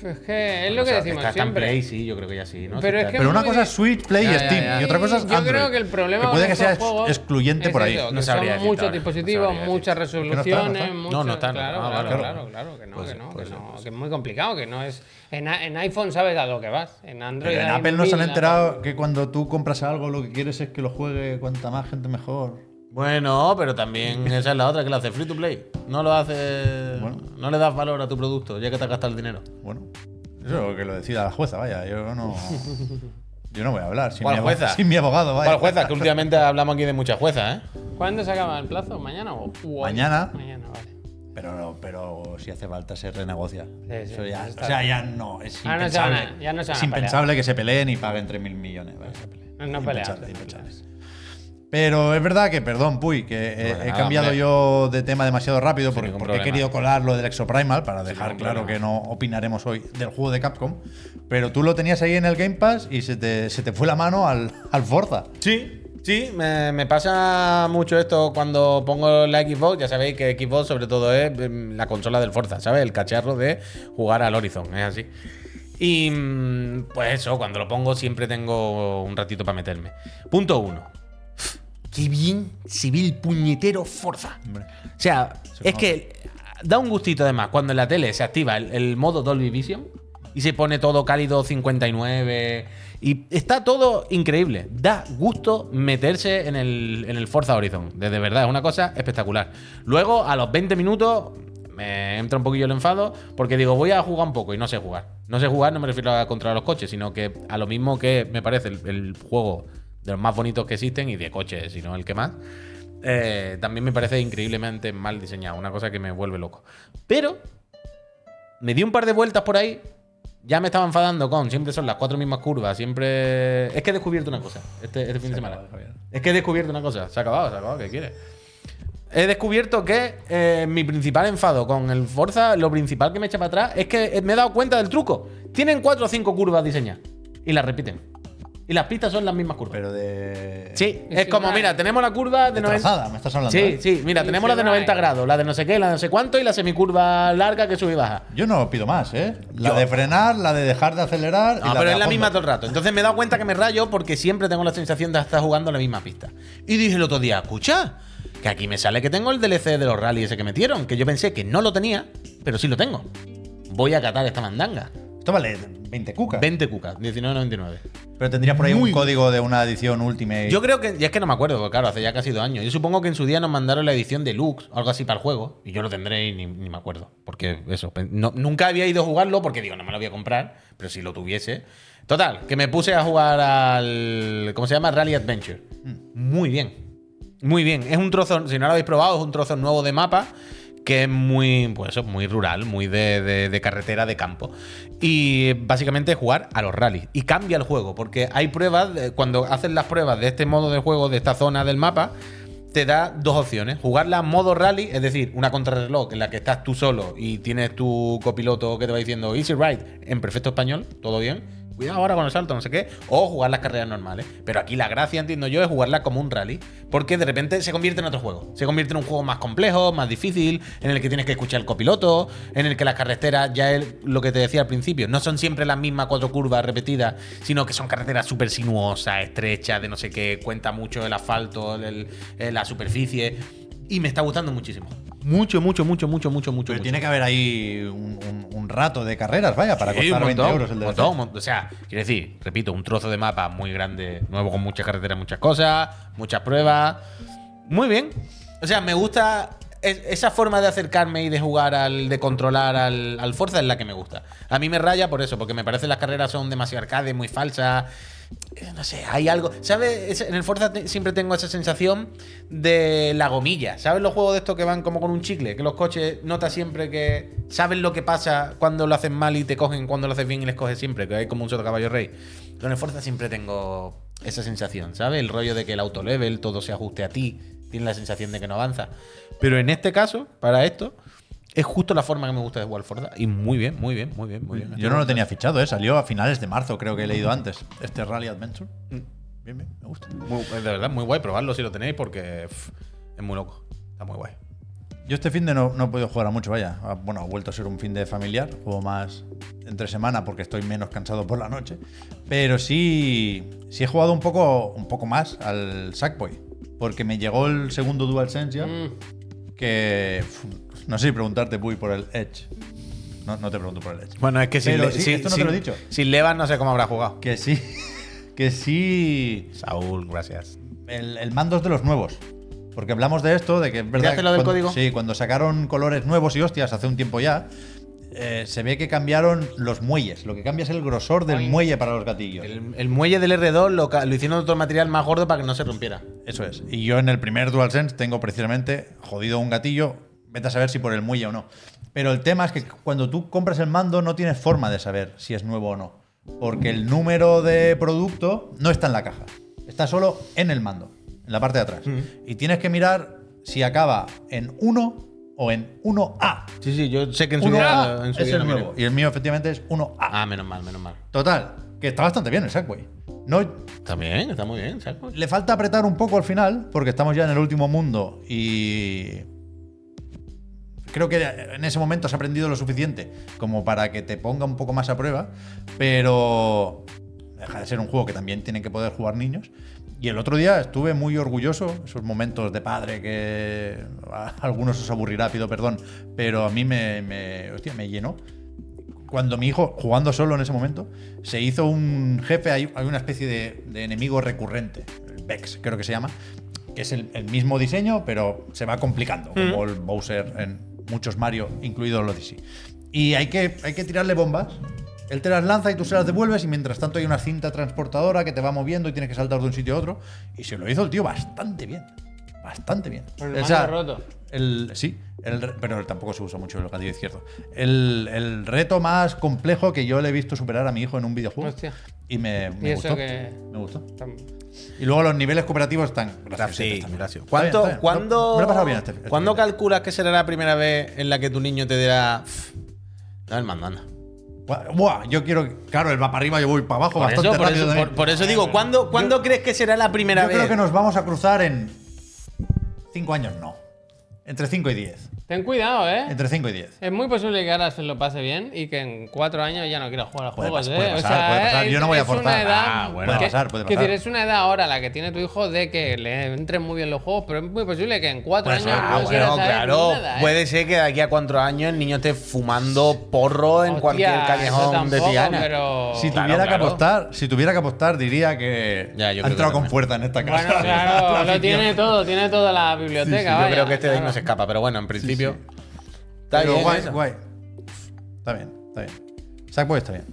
Speaker 1: Es que es
Speaker 3: O
Speaker 1: lo que
Speaker 3: sea,
Speaker 1: decimos
Speaker 3: está- está en
Speaker 1: siempre.
Speaker 3: Play, sí, yo creo que ya sí,
Speaker 1: Pero
Speaker 3: ¿no? Sí,
Speaker 1: es
Speaker 3: está-
Speaker 1: que-
Speaker 2: Pero una
Speaker 1: muy
Speaker 2: cosa
Speaker 1: de-
Speaker 2: es Switch, Play
Speaker 3: Ya,
Speaker 2: y
Speaker 3: ya,
Speaker 2: Steam.
Speaker 3: ya.
Speaker 2: Y otra cosa es
Speaker 1: Yo
Speaker 2: Android.
Speaker 1: creo que el problema
Speaker 2: puede
Speaker 1: con
Speaker 2: que
Speaker 1: estos
Speaker 2: sea ex-
Speaker 1: juegos
Speaker 2: excluyente
Speaker 1: es
Speaker 2: por ahí.
Speaker 1: eso, que
Speaker 3: No sabría
Speaker 1: son
Speaker 3: decirte
Speaker 1: muchos
Speaker 3: ahora, no
Speaker 1: dispositivos,
Speaker 3: sabría
Speaker 1: muchas
Speaker 2: no está,
Speaker 1: resoluciones,
Speaker 2: no está.
Speaker 1: muchos-
Speaker 3: No, no está, no.
Speaker 1: Claro,
Speaker 3: Ah,
Speaker 1: claro,
Speaker 3: vale, Pues vale.
Speaker 1: claro, claro, que no,
Speaker 3: Puede
Speaker 1: que
Speaker 3: ser,
Speaker 1: no,
Speaker 3: puede
Speaker 1: que
Speaker 3: ser,
Speaker 1: no,
Speaker 3: puede ser.
Speaker 1: que es muy complicado, que no es en, a- en iPhone sabes a lo que vas, en Android
Speaker 2: Pero en
Speaker 1: hay
Speaker 2: Apple no se han
Speaker 1: mil
Speaker 2: enterado que cuando tú compras algo lo que quieres es que lo juegue cuanta más gente mejor.
Speaker 3: Bueno, pero también esa es la otra que la hace free to play. No lo hace.
Speaker 2: Bueno.
Speaker 3: No le das valor a tu producto, ya que te has gastado el dinero.
Speaker 2: Bueno, eso que lo decida la jueza, vaya. Yo no. Yo no voy a hablar sin, mi,
Speaker 3: ¿Cuál
Speaker 2: abo-
Speaker 3: jueza?
Speaker 2: sin mi abogado, vaya.
Speaker 3: Bueno, jueza, que últimamente hablamos aquí de muchas juezas, ¿eh?
Speaker 1: ¿Cuándo se acaba el plazo? ¿Mañana o u hoy?
Speaker 2: Mañana.
Speaker 1: Mañana, vale.
Speaker 2: Pero, pero si hace falta se renegocia.
Speaker 1: sí,
Speaker 2: Eso ya,
Speaker 1: eso está
Speaker 2: o sea, ya no. Es
Speaker 1: Ah, no se
Speaker 2: impensable.
Speaker 1: van a- ya no se van
Speaker 2: es
Speaker 1: a pelear.
Speaker 2: impensable que se peleen y paguen 3.000 millones. vaya.
Speaker 1: No, no
Speaker 2: Impensable,
Speaker 1: peleas.
Speaker 2: impensable. Pero es verdad que, perdón, Puy, que he,
Speaker 3: Bueno,
Speaker 2: he
Speaker 3: nada,
Speaker 2: cambiado
Speaker 3: hombre.
Speaker 2: yo de tema demasiado rápido porque,
Speaker 3: ningún
Speaker 2: porque he
Speaker 3: problema.
Speaker 2: querido colar lo del Exoprimal para dejar
Speaker 3: ningún
Speaker 2: claro
Speaker 3: problema.
Speaker 2: que no opinaremos hoy del juego de Capcom. Pero tú lo tenías ahí en el Game Pass y se te, se te fue la mano al, al Forza.
Speaker 3: Sí, sí, me, me pasa mucho esto cuando pongo la Xbox. Ya sabéis que Xbox sobre todo es em, la consola del Forza, ¿sabes? El cacharro de jugar al Horizon, es así. Y mm, pues eso, cuando lo pongo siempre tengo un ratito para meterme. Punto uno. Qué bien civil puñetero Forza.
Speaker 2: Hombre.
Speaker 3: O sea, es
Speaker 2: nota.
Speaker 3: que da un gustito además cuando en la tele se activa el, el modo Dolby Vision y se pone todo cálido 59 y está todo increíble. Da gusto meterse en el, en el Forza Horizon. De, de verdad, es una cosa espectacular. Luego, a los 20 minutos, me entra un poquillo el enfado porque digo, voy a jugar un poco y no sé jugar. No sé jugar, no me refiero a contra los coches, sino que a lo mismo que me parece el, el juego de los más bonitos que existen y de coches, sino el que más. eh, también me parece increíblemente mal diseñado, una cosa que me vuelve loco. Pero me di un par de vueltas por ahí. Ya me estaba enfadando con. Siempre son las cuatro mismas curvas. Siempre. Es que he descubierto una cosa. Este, este fin de semana.
Speaker 2: acabado, Javier.
Speaker 3: Es que he descubierto una cosa. Se ha acabado, se ha acabado. ¿Qué quieres? He descubierto que eh, mi principal enfado con el Forza, lo principal que me echa para atrás, es que eh, me he dado cuenta del truco. Tienen cuatro o cinco curvas diseñadas. Y las repiten. Y las pistas son las mismas curvas.
Speaker 2: Pero eh, de.
Speaker 3: sí,
Speaker 1: Es
Speaker 3: es como,
Speaker 1: igual.
Speaker 3: mira, tenemos la curva
Speaker 2: De
Speaker 3: de 90.
Speaker 2: trazada, me estás hablando.
Speaker 3: Sí,
Speaker 2: ¿eh?
Speaker 3: sí, mira,
Speaker 1: Sí,
Speaker 3: tenemos
Speaker 1: se
Speaker 3: la de
Speaker 1: va,
Speaker 3: 90
Speaker 1: eh.
Speaker 3: grados, la de no sé qué, la de no sé cuánto y la semicurva larga que sube y baja.
Speaker 2: Yo no pido más, ¿eh? La
Speaker 3: Yo-
Speaker 2: de frenar, la de dejar de acelerar. y
Speaker 3: No,
Speaker 2: la
Speaker 3: Ah, pero
Speaker 2: de
Speaker 3: es
Speaker 2: a
Speaker 3: la
Speaker 2: fondo.
Speaker 3: misma todo el rato. Entonces me he dado cuenta que me rayo porque siempre tengo la sensación de estar jugando en la misma pista. Y dije el otro día, escucha, que aquí me sale que tengo el DLC de los rallies ese que metieron, que yo pensé que no lo tenía, pero sí lo tengo. Voy a catar esta mandanga.
Speaker 2: Esto vale 20 cucas.
Speaker 3: 20 cucas, 19.99.
Speaker 2: Pero tendría por ahí
Speaker 3: Muy-
Speaker 2: un código de una edición Ultimate.
Speaker 3: Yo creo que, ya es que no me acuerdo, porque claro, hace ya casi dos años. Yo supongo que en su día nos mandaron la edición deluxe o algo así para el juego, y yo lo tendré y ni, ni me acuerdo. Porque eso, pe- no- nunca había ido a jugarlo porque digo, no me lo voy a comprar, pero si lo tuviese. Total, que me puse a jugar al. ¿Cómo se llama? Rally Adventure. Muy bien. Muy bien. Es un trozo, si no lo habéis probado, es un trozo nuevo de mapa que es muy, pues eso, muy rural, muy de, de- de carretera, de campo. Y básicamente jugar a los rallies. Y cambia el juego, porque hay pruebas, de- cuando haces las pruebas de este modo de juego, de esta zona del mapa, te da dos opciones. Jugarla modo rally, es decir, una contrarreloj en la que estás tú solo y tienes tu copiloto que te va diciendo easy ride en perfecto español, todo bien. Cuidado ahora con el salto, no sé qué. O jugar las carreras normales. Pero aquí la gracia, entiendo yo, es jugarla como un rally. Porque de repente se convierte en otro juego. Se convierte en un juego más complejo, más difícil, en el que tienes que escuchar al copiloto, en el que las carreteras, ya es lo que te decía al principio, no son siempre las mismas cuatro curvas repetidas, sino que son carreteras súper sinuosas, estrechas, de no sé qué, cuenta mucho el asfalto, el- el- la superficie. Y me está gustando muchísimo. Mucho, mucho, mucho, mucho, mucho, mucho.
Speaker 2: Pero
Speaker 3: mucho.
Speaker 2: tiene que haber ahí un, un- un rato de carreras, vaya, para
Speaker 3: Sí,
Speaker 2: costar
Speaker 3: un
Speaker 2: 20
Speaker 3: montón,
Speaker 2: euros el
Speaker 3: un
Speaker 2: de
Speaker 3: montón, un montón. O sea, quiero decir, repito, un trozo de mapa muy grande, nuevo, con muchas carreteras, muchas cosas, muchas pruebas. Muy bien. O sea, me gusta es- esa forma de acercarme y de jugar al, de controlar al, al Forza es la que me gusta. A mí me raya por eso, porque me parece las carreras son demasiado arcade, muy falsas. Eh, No sé, hay algo. ¿Sabes? Es- En el Forza te- siempre tengo esa sensación de la gomilla. ¿Sabes los juegos de estos que van como con un chicle? Que los coches notas siempre que. Sabes lo que pasa cuando lo haces mal y te cogen, cuando lo haces bien y les coges siempre, que hay como un solo caballo rey. Pero en el Forza siempre tengo esa sensación, ¿sabes? El rollo de que el auto level, todo se ajuste a ti. Tienes la sensación de que no avanza. Pero en este caso, para esto, es justo la forma que me gusta de jugar al Forza. Y muy bien, muy bien, muy bien, muy bien.
Speaker 2: Yo no lo tenía fichado, ¿eh? Salió a finales de marzo, creo que he leído antes. Este Rally Adventure.
Speaker 3: Mm.
Speaker 2: Bien, bien, me gusta.
Speaker 3: Muy- de verdad, muy guay. Probarlo si lo tenéis porque pff, es muy loco. Está muy guay.
Speaker 2: Yo este fin de no, no he podido jugar a mucho, vaya. Ah, Bueno, ha vuelto a ser un fin de familiar. Juego más entre semana porque estoy menos cansado por la noche. Pero sí, sí he jugado un poco, un poco más al Sackboy. Porque me llegó el segundo DualSense ya.
Speaker 1: Mm.
Speaker 2: Que. pf, No sé si preguntarte, Puy, por el Edge. No, no te pregunto por el Edge.
Speaker 3: Bueno, es que
Speaker 2: sin
Speaker 3: sin,
Speaker 2: Pero Le- sí, sin- esto no te lo he sin- dicho.
Speaker 3: Levan no sé cómo habrá jugado.
Speaker 2: Que sí. Que sí.
Speaker 3: Saúl, gracias.
Speaker 2: El, el mando es de los nuevos. Porque hablamos de esto, de que es verdad.
Speaker 3: hace lo del
Speaker 2: cuando-
Speaker 3: código?
Speaker 2: Sí, cuando sacaron colores nuevos y hostias hace un tiempo ya, eh, se ve que cambiaron los muelles. Lo que cambia es el grosor del muelle para los gatillos.
Speaker 3: El, el muelle del R2 lo, ca- lo hicieron de otro material más gordo para que no se rompiera.
Speaker 2: Eso es. Y yo en el primer DualSense tengo precisamente jodido un gatillo. Vete a saber si por el muelle o no. Pero el tema es que cuando tú compras el mando no tienes forma de saber si es nuevo o no. Porque el número de producto no está en la caja. Está solo en el mando, en la parte de atrás. Y tienes que mirar si acaba en 1 o en 1A.
Speaker 3: Sí, sí, yo sé que en su día.
Speaker 2: 1A
Speaker 3: en
Speaker 2: es
Speaker 3: su día
Speaker 2: el
Speaker 3: lo miré.
Speaker 2: nuevo. Y el mío efectivamente es 1A.
Speaker 3: Ah, menos mal, menos mal.
Speaker 2: Total, que está bastante bien el Segway. No,
Speaker 3: Está bien, está muy bien, Saúl.
Speaker 2: le falta apretar un poco al final, porque estamos ya en el último mundo y. Creo que en ese momento has aprendido lo suficiente como para que te ponga un poco más a prueba, pero. Deja de ser un juego que también tienen que poder jugar niños. Y el otro día estuve muy orgulloso, esos momentos de padre que a algunos os aburrirá, pido perdón, pero a mí me, me- hostia, me llenó. Cuando mi hijo, jugando solo en ese momento, se hizo un jefe, hay, hay una especie de, de enemigo recurrente, el Vex creo que se llama, que es el, el mismo diseño, pero se va complicando, como el Bowser en muchos Mario, incluido el Odyssey. Y hay que, hay que tirarle bombas. Él te las lanza y tú se las devuelves y mientras tanto hay una cinta transportadora que te va moviendo y tienes que saltar de un sitio a otro. Y se lo hizo el tío bastante bien. Bastante bien.
Speaker 1: Con el
Speaker 2: O
Speaker 1: mando
Speaker 2: sea,
Speaker 1: Pues roto.
Speaker 2: el- sí, el re- pero tampoco se usa mucho el gatillo izquierdo. El, el reto más complejo que yo le he visto superar a mi hijo en un videojuego.
Speaker 1: Hostia.
Speaker 2: Y me, me
Speaker 1: Y eso
Speaker 2: gustó.
Speaker 1: que-
Speaker 2: Me gustó.
Speaker 1: Tam-
Speaker 2: Y luego los niveles cooperativos están graciosos
Speaker 3: Sí,
Speaker 2: también.
Speaker 3: gracias.
Speaker 2: Está bien,
Speaker 3: ¿Cuánto,
Speaker 2: está bien.
Speaker 3: ¿cuándo,
Speaker 2: Me lo he pasado bien este- este
Speaker 3: ¿cuándo
Speaker 2: fin de-
Speaker 3: calculas que será la primera vez en la que tu niño te dirá. "Pff, Dame el mando, anda"?
Speaker 2: Buah, Buah, yo quiero. Claro, él va para arriba, yo voy para abajo
Speaker 3: Por
Speaker 2: bastante
Speaker 3: eso, por
Speaker 2: rápido.
Speaker 3: eso-
Speaker 2: también.
Speaker 3: por- por eso digo, ¿cuándo, ¿cuándo crees que será la primera
Speaker 2: yo
Speaker 3: vez?
Speaker 2: creo que nos vamos a cruzar en. 5 años no. Entre 5 y 10.
Speaker 1: Ten cuidado, ¿eh?
Speaker 2: Entre 5 y 10.
Speaker 1: Es muy posible que ahora se lo pase bien y que en cuatro años ya no quiera jugar a
Speaker 2: Puede
Speaker 1: juegos,
Speaker 2: pas-
Speaker 1: ¿eh?
Speaker 2: puede
Speaker 1: O
Speaker 2: pasar,
Speaker 1: sea,
Speaker 2: puede pasar.
Speaker 1: es-
Speaker 2: Yo no voy a
Speaker 1: es una
Speaker 2: forzar.
Speaker 1: edad
Speaker 3: Ah, bueno.
Speaker 1: que-
Speaker 2: Puede pasar, puede
Speaker 1: que
Speaker 2: pasar.
Speaker 1: tienes una edad ahora la que tiene tu hijo de que le entren muy bien los juegos, pero es muy posible que en cuatro
Speaker 2: Puede
Speaker 1: años
Speaker 2: ser,
Speaker 1: no
Speaker 3: Ah,
Speaker 2: puede
Speaker 1: quieras
Speaker 3: bueno,
Speaker 1: saber
Speaker 3: claro.
Speaker 1: nada, ¿eh?
Speaker 3: Puede ser que de aquí a cuatro años el niño esté fumando porro en
Speaker 1: Hostia,
Speaker 3: cualquier
Speaker 1: eso
Speaker 3: callejón de
Speaker 1: tampoco,
Speaker 3: Tiana.
Speaker 1: pero-
Speaker 2: Si
Speaker 3: Claro,
Speaker 2: tuviera, que
Speaker 3: claro.
Speaker 2: apostar, si tuviera que apostar, diría que
Speaker 3: Ya, yo creo
Speaker 2: ha
Speaker 3: que
Speaker 2: entrado con
Speaker 3: también.
Speaker 2: fuerza en esta casa.
Speaker 1: Bueno, claro,
Speaker 2: La
Speaker 1: lo tiene
Speaker 2: afición.
Speaker 1: todo, tiene toda la biblioteca.
Speaker 3: Yo
Speaker 1: vaya,
Speaker 3: creo que este de ahí
Speaker 1: claro.
Speaker 3: no se escapa, pero bueno, en principio. Está
Speaker 2: Pero
Speaker 3: bien,
Speaker 2: guay,
Speaker 3: eso.
Speaker 2: guay. Está bien, está bien. Sackboy está bien.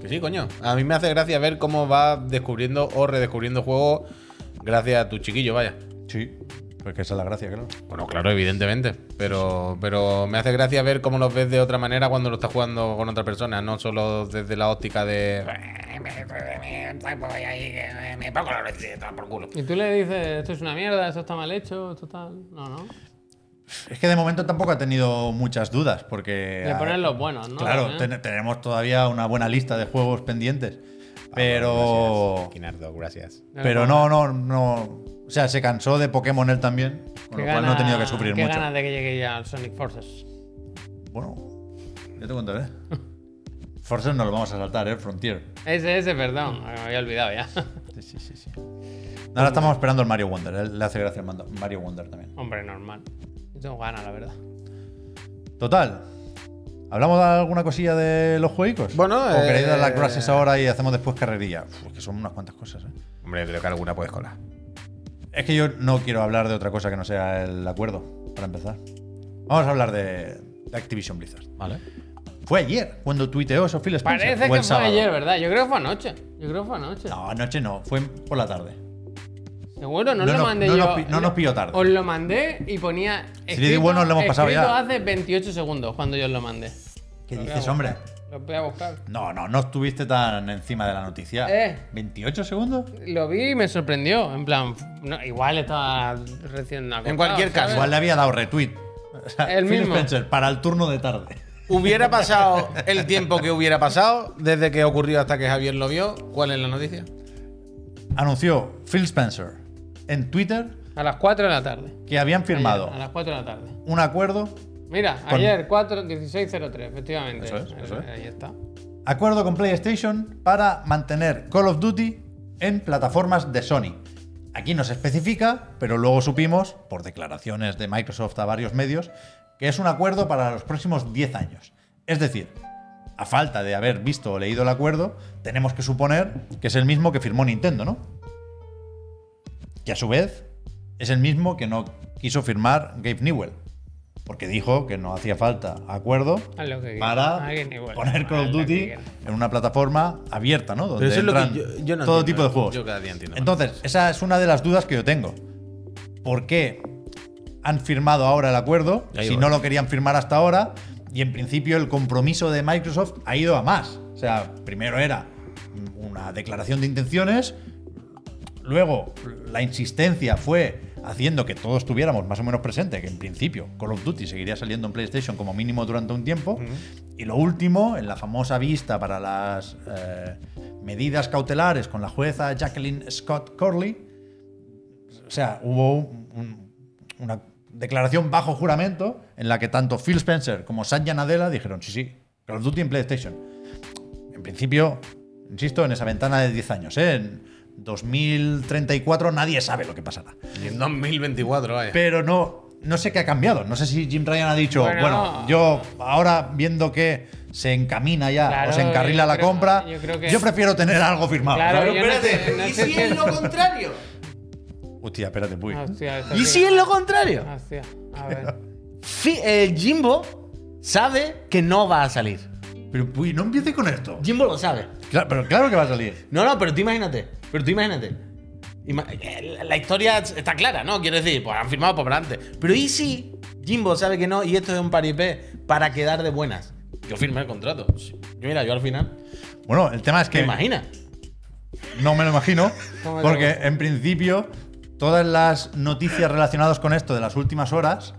Speaker 3: Que sí, coño. A mí me hace gracia ver cómo va descubriendo o redescubriendo juegos gracias a tu chiquillo, vaya.
Speaker 2: Sí. Porque esa es la gracia, claro.
Speaker 3: Bueno, claro, evidentemente. Pero, pero me hace gracia ver cómo los ves de otra manera cuando lo estás jugando con otra persona, no solo desde la óptica de. pues Me pongo la leche de tomar por culo.
Speaker 1: Y tú le dices, esto es una mierda, esto está mal hecho, esto está. No, no.
Speaker 2: Es que de momento tampoco ha tenido muchas dudas, porque.
Speaker 1: Le
Speaker 2: ah,
Speaker 1: ponen los buenos, ¿no?
Speaker 2: Claro,
Speaker 1: También.
Speaker 2: ten- tenemos todavía una buena lista de juegos pendientes. Pero.
Speaker 3: Quinardo, Ah, gracias.
Speaker 2: Pero no, no, no. O sea, se cansó de Pokémon él también, con
Speaker 1: Qué
Speaker 2: lo cual no ha
Speaker 1: gana-
Speaker 2: tenido que sufrir
Speaker 1: qué
Speaker 2: mucho.
Speaker 1: ganas de que llegue ya al Sonic Forces.
Speaker 2: Bueno, ya te contaré. Forces no lo vamos a saltar, ¿eh? Frontier.
Speaker 1: Ese, ese, perdón, me había olvidado ya.
Speaker 2: Sí, sí, sí. sí. Ahora estamos esperando el Mario Wonder. Él le hace gracia el mando- Mario Wonder también.
Speaker 1: Hombre, normal. Yo tengo ganas, la verdad.
Speaker 2: Total. ¿Hablamos de alguna cosilla de los juegos?
Speaker 3: Bueno,
Speaker 2: ¿O queréis dar las
Speaker 3: eh,
Speaker 2: gracias ahora y hacemos después carrerilla? Uf, es que son unas cuantas cosas, ¿eh?
Speaker 3: Hombre, creo que alguna puedes colar.
Speaker 2: Es que yo no quiero hablar de otra cosa que no sea el acuerdo, para empezar. Vamos a hablar de, de Activision Blizzard.
Speaker 3: Vale.
Speaker 2: Fue ayer cuando tuiteó eso Phil Spencer.
Speaker 1: Parece
Speaker 2: o
Speaker 1: que
Speaker 2: el
Speaker 1: fue
Speaker 2: sábado.
Speaker 1: ayer, ¿verdad? Yo creo que fue anoche. Yo creo que fue anoche.
Speaker 2: No, anoche no, fue por la tarde.
Speaker 1: Seguro, no,
Speaker 2: No
Speaker 1: lo
Speaker 2: nos-
Speaker 1: mandé
Speaker 2: no
Speaker 1: yo.
Speaker 2: nos pi- no nos pilló tarde.
Speaker 1: Os lo mandé y ponía.
Speaker 2: Si le di bueno, lo hemos pasado
Speaker 1: escrito
Speaker 2: ya.
Speaker 1: hace 28 segundos cuando yo os lo mandé.
Speaker 2: ¿Qué
Speaker 1: Lo ¿eh? voy a
Speaker 2: dices,
Speaker 1: buscar.
Speaker 2: hombre?
Speaker 1: Lo voy a buscar.
Speaker 2: No, no, no estuviste tan encima de la noticia.
Speaker 1: Eh.
Speaker 2: ¿28 segundos?
Speaker 1: Lo vi y me sorprendió. En plan, no, igual estaba recién acostado,
Speaker 3: En cualquier
Speaker 1: ¿sabes?
Speaker 3: caso,
Speaker 2: Igual le había dado retweet. O sea,
Speaker 1: El
Speaker 2: Phil
Speaker 1: mismo.
Speaker 2: Spencer, para el turno de tarde.
Speaker 3: Hubiera pasado el tiempo que hubiera pasado desde que ocurrió hasta que Javier lo vio. ¿Cuál es la noticia?
Speaker 2: Anunció Phil Spencer en Twitter
Speaker 1: A las 4 de la tarde.
Speaker 2: que habían firmado
Speaker 1: Ayer, a las 4 de la tarde.
Speaker 2: un acuerdo
Speaker 1: Mira,
Speaker 2: Con-
Speaker 1: ayer 4, 1603, efectivamente.
Speaker 2: Eso es, eso es.
Speaker 1: Ahí está.
Speaker 2: Acuerdo con PlayStation para mantener Call of Duty en plataformas de Sony. Aquí no se especifica, pero luego supimos, por declaraciones de Microsoft a varios medios, que es un acuerdo para los próximos 10 años. Es decir, a falta de haber visto o leído el acuerdo, tenemos que suponer que es el mismo que firmó Nintendo, ¿no? Que a su vez es el mismo que no quiso firmar Gabe Newell, porque dijo que no hacía falta acuerdo
Speaker 1: Haz lo que
Speaker 2: para
Speaker 1: quieras. Haz lo que
Speaker 2: poner
Speaker 1: quieras.
Speaker 2: Call of
Speaker 1: Haz lo que
Speaker 2: Duty
Speaker 1: quieras.
Speaker 2: en una plataforma abierta, ¿no? Donde
Speaker 3: eso es lo que
Speaker 2: entran
Speaker 3: yo- yo no
Speaker 2: todo
Speaker 3: entiendo,
Speaker 2: tipo de
Speaker 3: ¿eh?
Speaker 2: juegos.
Speaker 3: Yo cada día entiendo más
Speaker 2: Entonces, esa es una de las dudas que yo tengo. ¿Por qué han firmado ahora el acuerdo
Speaker 3: Ahí
Speaker 2: si
Speaker 3: voy.
Speaker 2: no lo querían firmar hasta ahora? Y en principio el compromiso de Microsoft ha ido a más. O sea, primero era una declaración de intenciones, Luego, la insistencia fue haciendo que todos tuviéramos más o menos presente que en principio Call of Duty seguiría saliendo en PlayStation como mínimo durante un tiempo. Y lo último, en la famosa vista para las eh, medidas cautelares con la jueza Jacqueline Scott Corley, o sea, hubo un- un- una declaración bajo juramento en la que tanto Phil Spencer como Satya Nadella dijeron, sí, sí, Call of Duty en PlayStation. En principio, insisto, en esa ventana de 10 años, ¿eh? En- 2034 nadie sabe lo que pasará.
Speaker 3: Y en 2024, vaya.
Speaker 2: Pero no, no sé qué ha cambiado. No sé si Jim Ryan ha dicho,
Speaker 1: Bueno.
Speaker 2: bueno, yo ahora viendo que se encamina ya
Speaker 1: Claro,
Speaker 2: o se encarrila
Speaker 1: yo
Speaker 2: la
Speaker 1: creo-
Speaker 2: compra,
Speaker 1: yo creo que-
Speaker 2: prefiero tener algo firmado.
Speaker 1: Claro,
Speaker 2: ¿sabes?
Speaker 1: yo no sé- no sé si-
Speaker 3: contrario?
Speaker 2: Hostia, espérate, uy.
Speaker 1: Hostia, esto
Speaker 3: ¿Y
Speaker 1: Ah, sí.
Speaker 3: si es lo contrario?
Speaker 1: Hostia, a ver.
Speaker 3: Fi- eh, Jimbo sabe que no va a salir.
Speaker 2: Pero uy, no empiece con esto.
Speaker 3: Jimbo lo sabe.
Speaker 2: Claro, pero claro que va a salir.
Speaker 3: No, no, pero tú imagínate. Pero tú imagínate. Ima- eh, la- la historia está clara, ¿no? Quiero decir, pues han firmado por delante. Pero ¿y si Jimbo sabe que no y esto es un paripé para quedar de buenas? Yo firmé el contrato. Sí. Yo, mira, yo al final.
Speaker 2: Bueno, el tema es
Speaker 3: ¿Te
Speaker 2: que
Speaker 3: imaginas?
Speaker 2: no me lo imagino,
Speaker 1: ¿Cómo te
Speaker 2: porque
Speaker 1: gusta?
Speaker 2: en principio todas las noticias relacionadas con esto de las últimas horas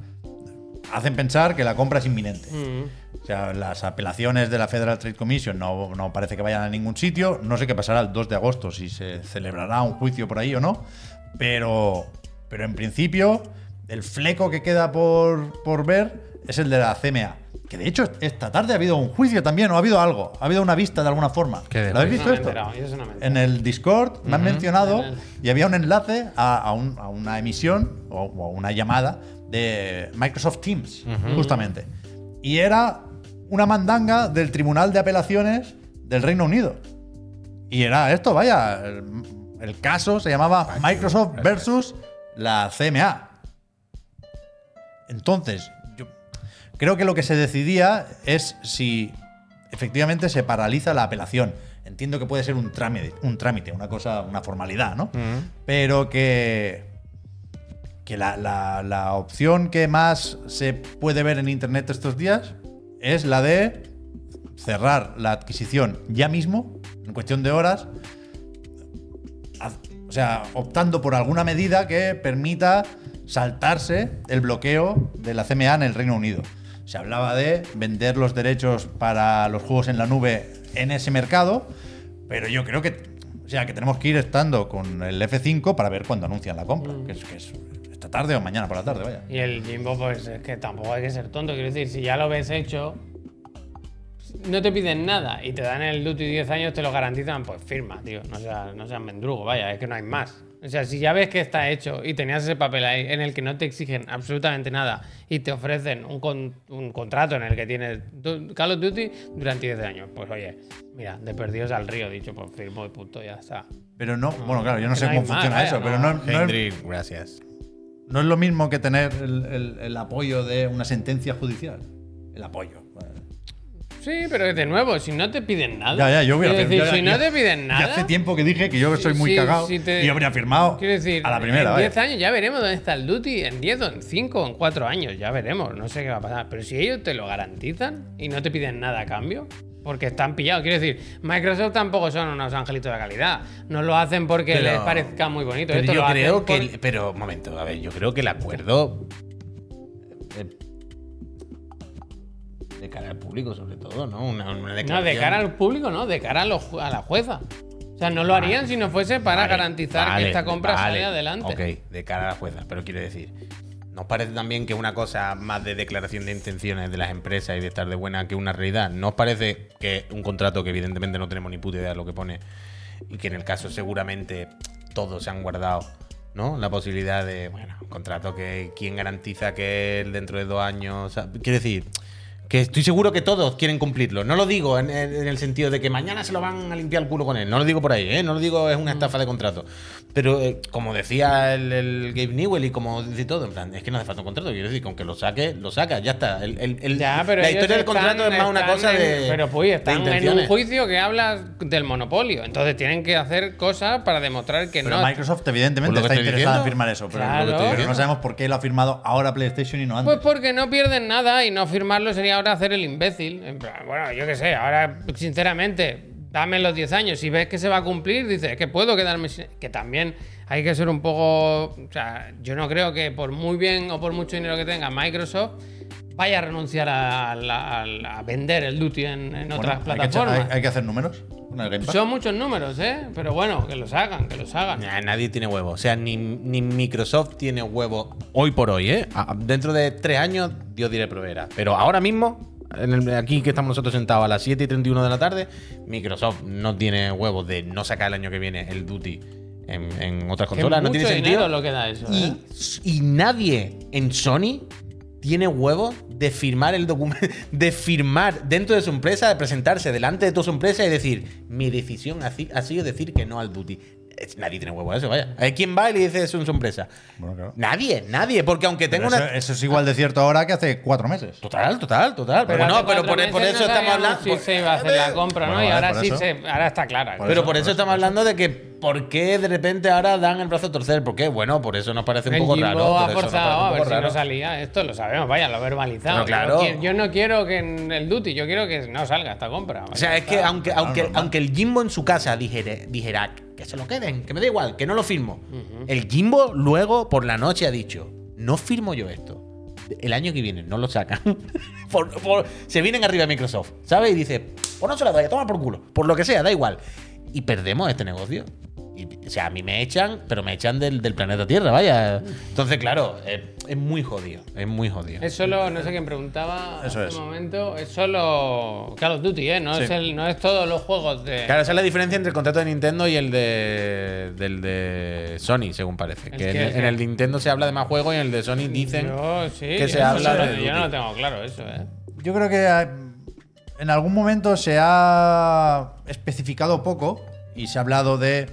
Speaker 2: hacen pensar que la compra es inminente.
Speaker 1: Mm.
Speaker 2: O sea, las apelaciones de la Federal Trade Commission no, no parece que vayan a ningún sitio. No sé qué pasará el 2 de agosto, si se celebrará un juicio por ahí o no. Pero, pero en principio, el fleco que queda por, por ver es el de la CMA. Que de hecho, esta tarde ha habido un juicio también, o ha habido algo. Ha habido una vista de alguna forma.
Speaker 3: Qué
Speaker 2: ¿Lo habéis
Speaker 1: No
Speaker 2: visto
Speaker 1: me he
Speaker 2: esto?
Speaker 1: enterado, yo eso no me he enterado.
Speaker 2: En el Discord me han mencionado
Speaker 1: En el-
Speaker 2: y había un enlace a, a un- a una emisión o, o a una llamada de Microsoft Teams, justamente. Y era una mandanga del Tribunal de Apelaciones del Reino Unido. Y era esto, vaya, el, el caso se llamaba Microsoft versus la CMA. Entonces, yo creo que lo que se decidía es si efectivamente se paraliza la apelación. Entiendo que puede ser un trámite, un trámite, una cosa, una formalidad, ¿no? Pero que que la, la- la opción que más se puede ver en internet estos días es la de cerrar la adquisición ya mismo, en cuestión de horas, haz- o sea, optando por alguna medida que permita saltarse el bloqueo de la CMA en el Reino Unido. Se hablaba de vender los derechos para los juegos en la nube en ese mercado, pero yo creo que, o sea, que tenemos que ir estando con el F5 para ver cuándo anuncian la compra, que, es, que es esta tarde o mañana por la tarde, vaya.
Speaker 1: Y el Jimbo, pues es que tampoco hay que ser tonto. Quiero decir, si ya lo ves hecho, no te piden nada y te dan el duty 10 años, te lo garantizan, pues firma, tío. No seas, no seas mendrugo, vaya, es que no hay más. O sea, si ya ves que está hecho y tenías ese papel ahí en el que no te exigen absolutamente nada y te ofrecen un, con- un contrato en el que tienes du- Call of Duty durante 10 años, pues oye, mira, de perdidos al río, dicho, pues firmo y punto, ya está.
Speaker 2: Pero no, bueno, claro, yo no
Speaker 1: que
Speaker 2: sé
Speaker 1: no hay
Speaker 2: cómo
Speaker 1: más,
Speaker 2: funciona
Speaker 1: vaya,
Speaker 2: eso,
Speaker 1: no.
Speaker 2: pero no, no es-
Speaker 3: gracias.
Speaker 2: No es lo mismo que tener el, el- el apoyo de una sentencia judicial. El apoyo.
Speaker 1: Sí, pero de nuevo, si no te piden nada.
Speaker 2: Ya, ya, yo hubiera
Speaker 1: Quiero
Speaker 2: firmado-
Speaker 1: decir,
Speaker 2: ya-
Speaker 1: si no
Speaker 2: ya-
Speaker 1: te piden
Speaker 2: Ya
Speaker 1: nada.
Speaker 2: hace tiempo que dije que yo soy muy
Speaker 1: Sí,
Speaker 2: cagado
Speaker 1: sí te-
Speaker 2: y habría firmado
Speaker 1: Quiero decir,
Speaker 2: a la primera.
Speaker 1: en
Speaker 2: vaya.
Speaker 1: 10 años ya veremos dónde está el duty, en 10 o en 5 o en 4 años, ya veremos, no sé qué va a pasar. Pero si ellos te lo garantizan y no te piden nada a cambio, porque están pillados, quiero decir, Microsoft tampoco son unos angelitos de calidad, no lo hacen porque
Speaker 3: Pero-
Speaker 1: les parezca muy bonito.
Speaker 3: Pero
Speaker 1: esto
Speaker 3: yo
Speaker 1: lo hacen
Speaker 3: creo que.
Speaker 1: por-
Speaker 3: el- Pero, un momento, a ver, yo creo que el acuerdo. eh, De cara al público, sobre todo, ¿no? Una, una
Speaker 1: No, de
Speaker 3: declaración.
Speaker 1: cara al público, no, de cara a, los ju- a la jueza. O sea, no lo harían si no fuese para
Speaker 3: Vale,
Speaker 1: garantizar
Speaker 3: vale,
Speaker 1: que esta compra
Speaker 3: vale,
Speaker 1: sale adelante.
Speaker 3: Ok, de cara a la jueza, pero quiero decir, ¿nos parece también que una cosa más de declaración de intenciones de las empresas y de estar de buena que una realidad? ¿Nos parece que un contrato que evidentemente no tenemos ni puta idea de lo que pone y que en el caso seguramente todos se han guardado? ¿No? La posibilidad de, bueno, un contrato que quién garantiza que él dentro de dos años. o sea, quiero decir, que estoy seguro que todos quieren cumplirlo. No lo digo en, en- en el sentido de que mañana se lo van a limpiar el culo con él. No lo digo por ahí, ¿eh? No lo digo es una
Speaker 1: Mm.
Speaker 3: estafa de contrato. Pero eh, como decía el, el Gabe Newell y como dice todo, en plan, es que no hace falta un contrato. Quiero decir, con que lo saque, lo saca, ya está. El- el- el-
Speaker 1: Ya, pero
Speaker 3: la
Speaker 1: ellos
Speaker 3: historia del
Speaker 1: están-
Speaker 3: contrato es más una
Speaker 1: están
Speaker 3: cosa
Speaker 1: en-
Speaker 3: de.
Speaker 1: Pero pues
Speaker 3: de
Speaker 1: están en un
Speaker 3: intenciones.
Speaker 1: juicio que habla del monopolio. Entonces tienen que hacer cosas para demostrar que
Speaker 2: Pero
Speaker 1: no.
Speaker 2: Microsoft
Speaker 3: Por
Speaker 2: evidentemente
Speaker 3: lo que
Speaker 2: está
Speaker 3: estoy
Speaker 2: interesada en
Speaker 3: diciendo.
Speaker 2: firmar eso, pero,
Speaker 1: Claro.
Speaker 2: pero no sabemos por qué lo ha firmado ahora PlayStation y no antes.
Speaker 1: Pues porque no pierden nada y no firmarlo sería ahora hacer el imbécil. En plan, bueno, yo qué sé, ahora sinceramente, dame los 10 años. Si ves que se va a cumplir, dices "Es que puedo quedarme sin-". Que también hay que ser un poco. O sea, yo no creo que por muy bien o por mucho dinero que tenga Microsoft vaya a renunciar a, la- a la- a vender el duty en, en
Speaker 2: Bueno,
Speaker 1: otras
Speaker 2: hay, que echar-
Speaker 1: plataformas.
Speaker 2: hay- hay que hacer números. Una Game Pass.
Speaker 1: Son muchos números, ¿eh? Pero bueno, que los hagan, que los hagan.
Speaker 3: Nah, nadie tiene huevo. O sea, ni, ni Microsoft tiene huevo hoy por hoy, ¿eh? A- dentro de tres años, Dios diré proveerá. Pero ahora mismo, en el- aquí que estamos nosotros sentados a las 7 y 31 de la tarde, Microsoft no tiene huevos de no sacar el año que viene el duty en, en otras
Speaker 1: Que
Speaker 3: consolas. No
Speaker 1: mucho
Speaker 3: tiene
Speaker 1: dinero
Speaker 3: sentido.
Speaker 1: lo que da eso. ¿eh?
Speaker 3: Y, y nadie en Sony tiene huevos de firmar el documento, de firmar dentro de su empresa, de presentarse delante de tu empresa y decir, mi decisión ha, ci- ha sido decir que no al duty. Eh, Nadie tiene huevo a eso, vaya. Eh, ¿Quién va y le dice eso en su empresa?
Speaker 2: Bueno, claro.
Speaker 3: Nadie, nadie, porque aunque tenga
Speaker 2: Pero
Speaker 3: una...
Speaker 2: eso, eso es igual de cierto ahora que hace cuatro meses.
Speaker 3: Total, total, total. Pero,
Speaker 1: hace
Speaker 3: no, pero
Speaker 1: cuatro
Speaker 3: por, por
Speaker 1: meses
Speaker 3: eso
Speaker 1: no
Speaker 3: estamos
Speaker 1: sabíamos
Speaker 3: hablando...
Speaker 1: Si
Speaker 3: por-
Speaker 1: se iba a hacer la compra,
Speaker 2: Bueno,
Speaker 1: ¿no? Y
Speaker 2: vale,
Speaker 1: ahora
Speaker 2: por
Speaker 1: sí
Speaker 2: eso.
Speaker 1: se, ahora está clara. Pero
Speaker 2: Por
Speaker 3: Pero por eso estamos hablando de que por qué de repente ahora dan el brazo a torcer. ¿Por qué? Bueno, por eso nos parece un
Speaker 1: el
Speaker 3: poco
Speaker 1: Jimbo
Speaker 3: raro.
Speaker 1: ha
Speaker 3: por eso nos parece
Speaker 1: forzado
Speaker 3: un
Speaker 1: a ver
Speaker 3: poco
Speaker 1: si
Speaker 3: raro.
Speaker 1: no salía. Esto lo sabemos, vaya, lo ha verbalizado.
Speaker 3: Pero claro.
Speaker 1: Yo, no quiero, yo no quiero que en el duty, yo quiero que no salga esta compra.
Speaker 3: O sea, es que aunque,
Speaker 2: claro,
Speaker 3: aunque,
Speaker 2: normal.
Speaker 3: aunque el Jimbo en su casa dijere- dijera que se lo queden, que me da igual, que no lo firmo. El Jimbo luego por la noche ha dicho, no firmo yo esto. El año que viene no lo sacan. Por- por- se vienen arriba de Microsoft, ¿sabes? Y dice, pues no se la doy, toma por culo. Por lo que sea, da igual. Y perdemos este negocio. Y, o sea, a mí me echan, pero me echan del, del planeta Tierra, vaya. Entonces, claro, es, es muy jodido. Es muy jodido.
Speaker 1: Es solo, no sé quién preguntaba
Speaker 2: Eso
Speaker 1: hace
Speaker 2: es.
Speaker 1: un momento, es solo Call of Duty, ¿eh? No,
Speaker 2: Sí.
Speaker 1: es, el, no es todos los juegos de.
Speaker 3: Claro, esa es la diferencia entre el contrato de Nintendo y el de, del de Sony, según parece.
Speaker 1: El
Speaker 3: Que en,
Speaker 1: que-
Speaker 3: en el de Nintendo se habla de más juegos y en el de Sony dicen
Speaker 1: Yo, sí,
Speaker 3: que se
Speaker 1: eso
Speaker 3: habla
Speaker 1: no-
Speaker 3: de Duty.
Speaker 1: Yo no lo tengo claro eso, ¿eh?
Speaker 2: Yo creo que eh, en algún momento se ha especificado poco y se ha hablado de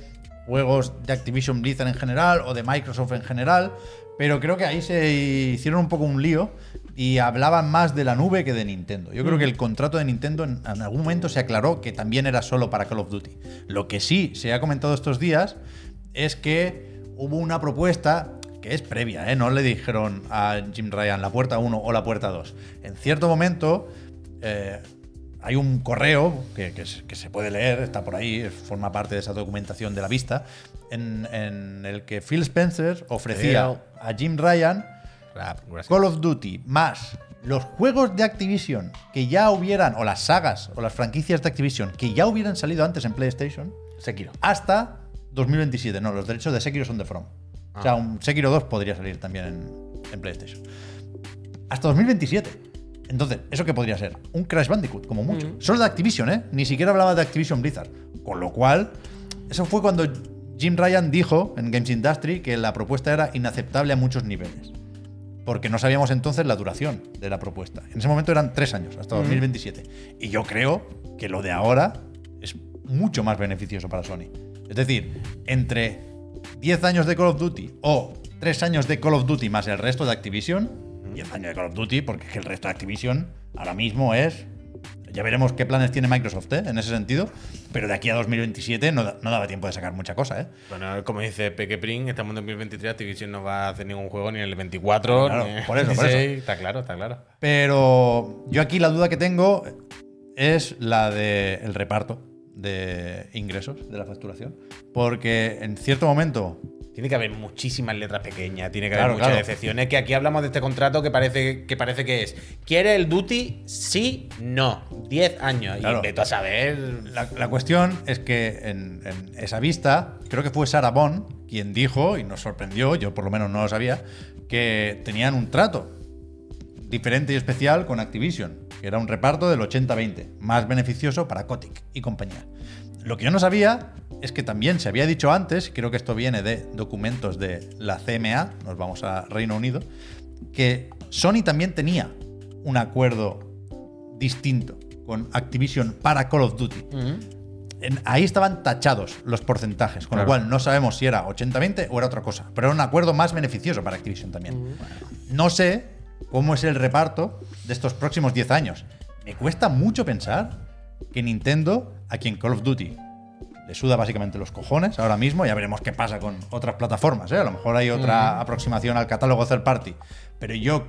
Speaker 2: juegos de Activision Blizzard en general o de Microsoft en general, pero creo que ahí se hicieron un poco un lío y hablaban más de la nube que de Nintendo. Yo creo que el contrato de Nintendo en, en algún momento se aclaró que también era solo para Call of Duty. Lo que sí se ha comentado estos días es que hubo una propuesta que es previa, ¿eh? no le dijeron a Jim Ryan la puerta 1 o la puerta 2. En cierto momento eh, hay un correo que, que se- que se puede leer, está por ahí, forma parte de esa documentación de la vista, en, en el que Phil Spencer ofrecía a Jim Ryan
Speaker 3: Rap, gracias.
Speaker 2: Call of Duty más los juegos de Activision que ya hubieran, o las sagas o las franquicias de Activision que ya hubieran salido antes en PlayStation,
Speaker 3: Sekiro.
Speaker 2: hasta 2027. No, los derechos de Sekiro son de From. O sea, un Sekiro 2 podría salir también en, en PlayStation. Hasta 2027. Entonces, ¿eso qué podría ser? Un Crash Bandicoot, como mucho. Solo de Activision, ¿eh? Ni siquiera hablaba de Activision Blizzard. Con lo cual, eso fue cuando Jim Ryan dijo en Games Industry que la propuesta era inaceptable a muchos niveles. Porque no sabíamos entonces la duración de la propuesta. En ese momento eran tres años, hasta 2027. Y yo creo que lo de ahora es mucho más beneficioso para Sony. Es decir, entre 10 años de Call of Duty o 3 años de Call of Duty más el resto de Activision, 10 años de Call of Duty, porque es que el resto de Activision ahora mismo es. Ya veremos qué planes tiene Microsoft ¿eh? en ese sentido, pero de aquí a 2027 no, da- no daba tiempo de sacar mucha cosa. ¿eh?
Speaker 3: Bueno, como dice Peque Pring, estamos en 2023, Activision no va a hacer ningún juego ni en el 24,
Speaker 2: Claro,
Speaker 3: ni en el
Speaker 2: por eso, por eso.
Speaker 3: 16. Está claro, está claro.
Speaker 2: Pero yo aquí la duda que tengo es la del reparto de ingresos, de la facturación. Porque en cierto momento,
Speaker 3: Tiene que haber muchísimas letras pequeñas, tiene que
Speaker 2: Claro,
Speaker 3: haber muchas
Speaker 2: claro.
Speaker 3: excepciones. Que aquí hablamos de este contrato que parece que, parece que es: ¿quiere el duty? Sí, no. 10 años.
Speaker 2: Claro.
Speaker 3: Y vete a saber.
Speaker 2: la, la cuestión es que en, en esa vista, creo que fue Sarah Bond quien dijo, y nos sorprendió, yo por lo menos no lo sabía, que tenían un trato diferente y especial con Activision, que era un reparto del 80-20, más beneficioso para Kotick y compañía. Lo que yo no sabía es que también se había dicho antes, y creo que esto viene de documentos de la CMA, nos vamos a Reino Unido, que Sony también tenía un acuerdo distinto con Activision para Call of Duty. En- ahí estaban tachados los porcentajes, con lo
Speaker 3: Claro.
Speaker 2: cual no sabemos si era 80-20 o era otra cosa. Pero era un acuerdo más beneficioso para Activision también. No sé cómo es el reparto de estos próximos 10 años. Me cuesta mucho pensar que Nintendo, a quien Call of Duty le suda básicamente los cojones ahora mismo, ya veremos qué pasa con otras plataformas. ¿eh? A lo mejor hay otra aproximación al catálogo third party. Pero yo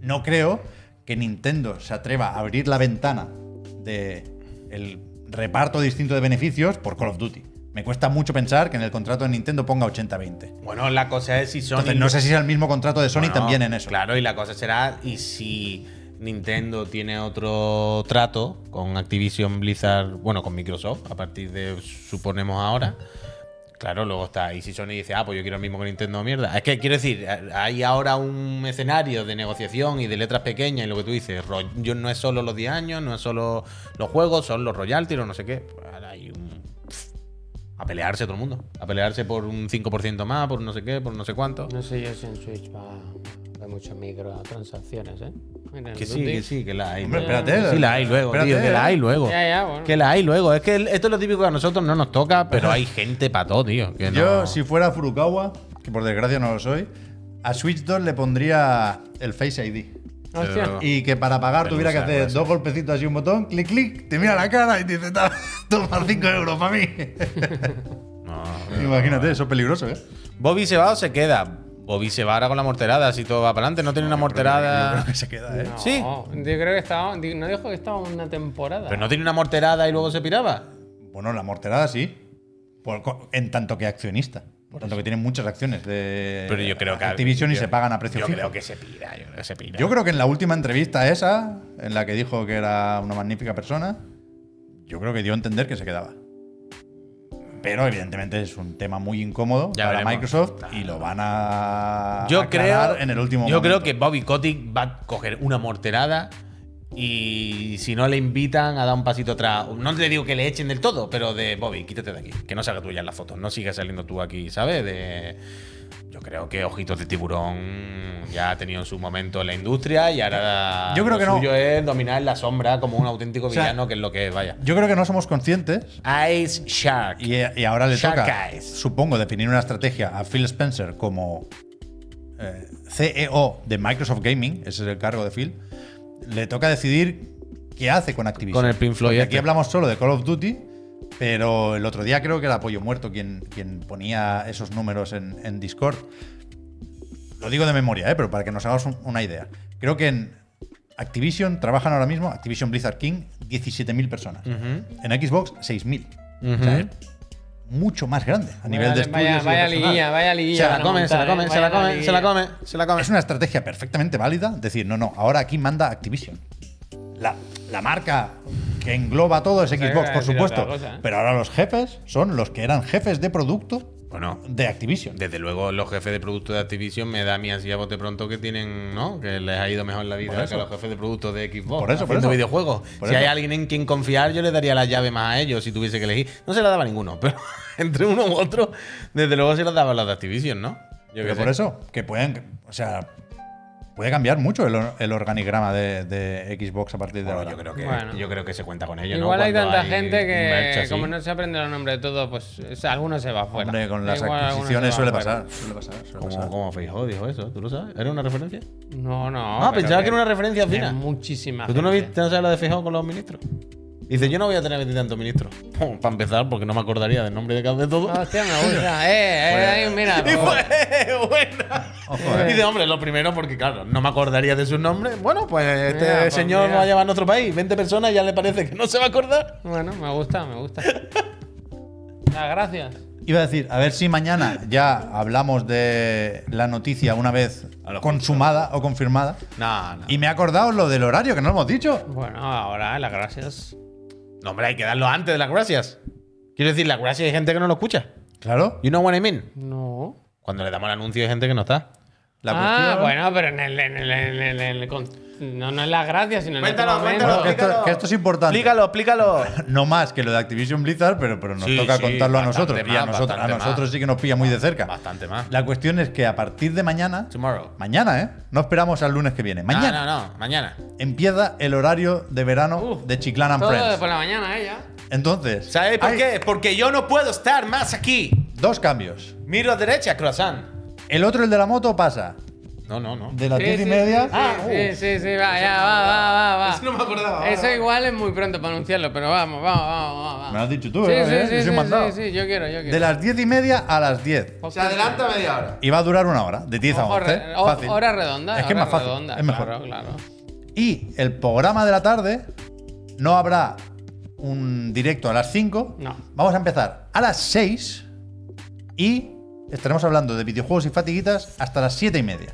Speaker 2: no creo que Nintendo se atreva a abrir la ventana de el reparto distinto de beneficios por Call of Duty. Me cuesta mucho pensar que en el contrato de Nintendo ponga 80-20.
Speaker 3: Bueno, la cosa es si Sony.
Speaker 2: Entonces, no sé si es el mismo contrato de Sony
Speaker 3: Bueno,
Speaker 2: también en eso.
Speaker 3: Claro, y la cosa será, y si Nintendo tiene otro trato con Activision Blizzard, bueno, con Microsoft, a partir de, suponemos ahora, claro, luego está, y si Sony dice, ah, pues yo quiero el mismo que Nintendo, mierda. Es que quiero decir, hay ahora un escenario de negociación y de letras pequeñas, y lo que tú dices, ro- yo no es solo los 10 años, no es solo los juegos, son los royalties o no sé qué. Ahora hay un... A pelearse todo el mundo. A pelearse por un 5% más, por no sé qué, por no sé cuánto.
Speaker 1: No sé yo si en Switch va va a muchos microtransacciones, ¿eh? En el
Speaker 3: Que sí,
Speaker 1: Duty.
Speaker 3: que sí, que la hay.
Speaker 2: Hombre,
Speaker 3: luego.
Speaker 2: espérate.
Speaker 3: Sí, la hay luego,
Speaker 2: Espérate,
Speaker 3: tío, que la hay luego.
Speaker 1: Ya, ya, bueno.
Speaker 3: Que la hay luego. Es que el- esto es lo típico que a nosotros no nos toca, pero hay gente para todo, tío. que no-
Speaker 2: Yo, si fuera Furukawa, que por desgracia no lo soy, a Switch 2 le pondría el Face ID.
Speaker 1: Hostia.
Speaker 3: Pero-
Speaker 2: Y que para pagar
Speaker 3: Pero
Speaker 2: tuviera que
Speaker 3: usar,
Speaker 2: hacer
Speaker 3: usar.
Speaker 2: dos golpecitos así un botón, clic, clic, te mira la cara y te dice, "Ta- toma 5 euros para mí.
Speaker 3: No.
Speaker 2: Ah. Imagínate, eso es peligroso, ¿eh?
Speaker 3: Bobby Sebao se queda. Bobby se va ahora con la morterada, si todo va para adelante. No tiene una
Speaker 2: Yo
Speaker 3: morterada.
Speaker 2: creo que se queda, ¿eh?
Speaker 1: No,
Speaker 3: Sí.
Speaker 1: Oh, Yo creo que estaba. di- No dijo que estaba una temporada.
Speaker 3: Pero no tiene una morterada y luego se piraba.
Speaker 2: Bueno, la morterada sí. Por co- en tanto que accionista. Por tanto que tienen muchas acciones de
Speaker 3: Pero yo creo que-
Speaker 2: Activision y
Speaker 3: yo-
Speaker 2: se pagan a precio fijo.
Speaker 3: se pira, yo creo que se pira.
Speaker 2: Yo creo que en la última entrevista esa, en la que dijo que era una magnífica persona, yo creo que dio a entender que se quedaba. Pero evidentemente es un tema muy incómodo
Speaker 3: Ya
Speaker 2: para
Speaker 3: veremos.
Speaker 2: Microsoft y lo van a
Speaker 3: Yo
Speaker 2: aclarar
Speaker 3: creo,
Speaker 2: en el último
Speaker 3: yo creo
Speaker 2: momento.
Speaker 3: que Bobby Kotick va a coger una morterada y si no le invitan a dar un pasito atrás. No le digo que le echen del todo, pero de Bobby, quítate de aquí. Que no salga tú ya en las fotos, no sigas saliendo tú aquí, ¿sabes? De, yo creo que Ojitos de Tiburón ya ha tenido su momento en la industria y ahora
Speaker 2: Yo creo
Speaker 3: lo
Speaker 2: que no.
Speaker 3: suyo es dominar la sombra como un auténtico
Speaker 2: sea,
Speaker 3: villano, que es lo que es, vaya.
Speaker 2: Yo creo que no somos conscientes
Speaker 3: Ice Shark.
Speaker 2: y, y ahora le
Speaker 3: Shark
Speaker 2: toca,
Speaker 3: Eyes.
Speaker 2: supongo, definir una estrategia a Phil Spencer como eh, CEO de Microsoft Gaming, ese es el cargo de Phil, le toca decidir qué hace con Activision.
Speaker 3: Con el Pink Floyd
Speaker 2: Porque
Speaker 3: este.
Speaker 2: Aquí hablamos solo de Call of Duty, pero el otro día creo que era Pollo Muerto quien, quien ponía esos números en, en Discord. Lo digo de memoria, ¿eh? pero para que nos hagamos un- una idea. Creo que en Activision trabajan ahora mismo, Activision Blizzard King, 17.000 personas. En Xbox, 6.000. O sea, es mucho más grande a nivel
Speaker 1: vaya,
Speaker 2: de estudios.
Speaker 1: Vaya,
Speaker 2: y de
Speaker 1: vaya
Speaker 2: personal.
Speaker 1: liguilla, vaya liguilla.
Speaker 3: Se la
Speaker 1: van a
Speaker 3: comen, se la
Speaker 1: montar,
Speaker 3: comen,
Speaker 1: ¿eh?
Speaker 3: se la
Speaker 1: Vaya
Speaker 3: comen, se la
Speaker 1: liguilla.
Speaker 3: comen, se la comen.
Speaker 2: Es una estrategia perfectamente válida. Decir, no, no, ahora aquí manda Activision. La, la marca que engloba todo es
Speaker 1: que
Speaker 2: Xbox,
Speaker 1: iba a
Speaker 2: por
Speaker 1: decir otra
Speaker 2: supuesto.
Speaker 1: cosa, ¿eh?
Speaker 2: Pero ahora los jefes son los que eran jefes de producto
Speaker 3: Bueno,
Speaker 2: de Activision.
Speaker 3: Desde luego, los jefes de producto de Activision me da a mí así a bote pronto que tienen, ¿no? Que les ha ido mejor la
Speaker 2: Por
Speaker 3: vida
Speaker 2: eso.
Speaker 3: que a los jefes de producto de Xbox.
Speaker 2: Por eso, por
Speaker 3: haciendo
Speaker 2: eso.
Speaker 3: videojuegos.
Speaker 2: Por
Speaker 3: si
Speaker 2: eso.
Speaker 3: hay alguien en quien confiar, yo le daría la llave más a ellos si tuviese que elegir. No se la daba a ninguno, pero entre uno u otro, desde luego se la daba a los de Activision, ¿no? Yo
Speaker 2: Pero
Speaker 3: qué
Speaker 2: por
Speaker 3: sé.
Speaker 2: eso, que pueden. O sea, puede cambiar mucho el, or- el organigrama de, de Xbox a partir de
Speaker 3: Bueno,
Speaker 2: ahora.
Speaker 3: yo, creo que,
Speaker 1: Bueno.
Speaker 3: yo creo que se cuenta con ellos.
Speaker 1: Igual hay tanta gente
Speaker 3: merch
Speaker 1: que,
Speaker 3: así.
Speaker 1: como no se aprende los nombres de todo, pues o sea, alguno se va fuera.
Speaker 2: Hombre, con las
Speaker 1: Igual alguno se
Speaker 2: adquisiciones
Speaker 1: va
Speaker 2: suele
Speaker 1: fuera.
Speaker 2: pasar. Suele pasar, suele pasar.
Speaker 3: Como, como Feijó dijo eso, ¿tú lo sabes? ¿Era una referencia?
Speaker 1: No, no.
Speaker 3: ah,
Speaker 1: pero
Speaker 3: pensaba que era una referencia
Speaker 1: hay
Speaker 3: fina.
Speaker 1: Muchísima.
Speaker 3: ¿Pero Pues tú no
Speaker 1: gente.
Speaker 3: viste no sabes la de Feijóo con los ministros? Dice, yo no voy a tener 20 tantos ministros. Para empezar, porque no me acordaría del nombre de cada de
Speaker 2: Ah,
Speaker 3: todo.
Speaker 1: Hostia, me gusta. eh, eh, ahí, mira.
Speaker 3: Y
Speaker 1: por favor.
Speaker 3: fue,
Speaker 2: eh.
Speaker 3: bueno. Dice, hombre, lo primero, porque claro, no me acordaría de sus nombres. Bueno, pues este
Speaker 1: Mira, pues
Speaker 3: señor
Speaker 1: mira.
Speaker 3: lo va a llevar a nuestro país. 20 personas ya le parece que no se va a acordar.
Speaker 1: Bueno, me gusta, me gusta. Las gracias.
Speaker 2: Iba a decir, a ver si mañana ya hablamos de la noticia una vez
Speaker 3: A lo
Speaker 2: consumada o confirmada.
Speaker 3: No, no.
Speaker 2: Y me he acordado lo del horario, que no lo hemos dicho.
Speaker 1: Bueno, ahora las gracias.
Speaker 3: No, hombre, hay que darlo antes de las gracias. Quiero decir, las gracias hay gente que no lo escucha.
Speaker 2: Claro.
Speaker 3: You know what I mean?
Speaker 1: No.
Speaker 3: Cuando le damos el anuncio hay gente que no está.
Speaker 2: La
Speaker 1: ah,
Speaker 2: cuestión-
Speaker 1: bueno, pero en el. En el, en el- en el con- no, no es las gracias, sino en este
Speaker 3: Cuéntalo,
Speaker 1: momento.
Speaker 2: Bueno, que,
Speaker 3: explícalo.
Speaker 2: esto, que esto es importante.
Speaker 3: Explícalo, explícalo.
Speaker 2: No más que lo de Activision Blizzard, pero, pero nos
Speaker 3: Sí,
Speaker 2: toca
Speaker 3: sí,
Speaker 2: contarlo a
Speaker 3: bastante
Speaker 2: nosotros. Y
Speaker 3: más,
Speaker 2: a nosotros, a
Speaker 3: bastante más.
Speaker 2: nosotros sí que nos pilla muy de cerca.
Speaker 3: Bastante más.
Speaker 2: La cuestión es que a partir de mañana,
Speaker 3: Tomorrow.
Speaker 2: mañana, ¿eh? No esperamos al lunes que viene. Mañana
Speaker 3: No, no, no. Mañana.
Speaker 2: empieza el horario de verano
Speaker 1: Uf,
Speaker 2: de Chiclana and
Speaker 1: Todo de
Speaker 2: Friends.
Speaker 1: por la mañana, ¿eh? Ya.
Speaker 2: Entonces,
Speaker 3: ¿Sabéis por
Speaker 2: hay
Speaker 3: qué? Porque yo no puedo estar más aquí.
Speaker 2: Dos cambios.
Speaker 3: Miro a derecha, croissant.
Speaker 2: El otro, el de la moto, pasa
Speaker 3: No, no, no.
Speaker 2: de las
Speaker 1: Sí,
Speaker 2: diez y
Speaker 1: sí,
Speaker 2: media.
Speaker 1: Sí,
Speaker 3: Ah,
Speaker 1: sí,
Speaker 3: uh.
Speaker 1: sí, sí, va, ya, va, va, va, va.
Speaker 3: Eso no me acordaba.
Speaker 1: Eso igual es muy pronto para anunciarlo, pero vamos, vamos, vamos, vamos.
Speaker 2: Me lo has dicho tú,
Speaker 1: sí,
Speaker 2: ¿eh? Yo
Speaker 1: sí, sí,
Speaker 2: soy
Speaker 1: sí,
Speaker 2: mandado.
Speaker 1: sí, sí, yo quiero, yo quiero.
Speaker 2: De las diez y media a las 10.
Speaker 1: Podcast-
Speaker 3: media hora.
Speaker 2: Y va a durar una hora, de 10 a
Speaker 1: Ojo,
Speaker 2: 11.
Speaker 1: re- o-
Speaker 2: ¿eh? Fácil.
Speaker 1: Hora redonda,
Speaker 2: Es que es
Speaker 1: hora
Speaker 2: más fácil.
Speaker 1: redonda,
Speaker 2: es mejor.
Speaker 1: Claro, claro.
Speaker 2: Y el programa de la tarde no habrá un directo a las 5.
Speaker 1: No.
Speaker 2: Vamos a empezar a las 6 y estaremos hablando de videojuegos y fatiguitas hasta las 7 y media.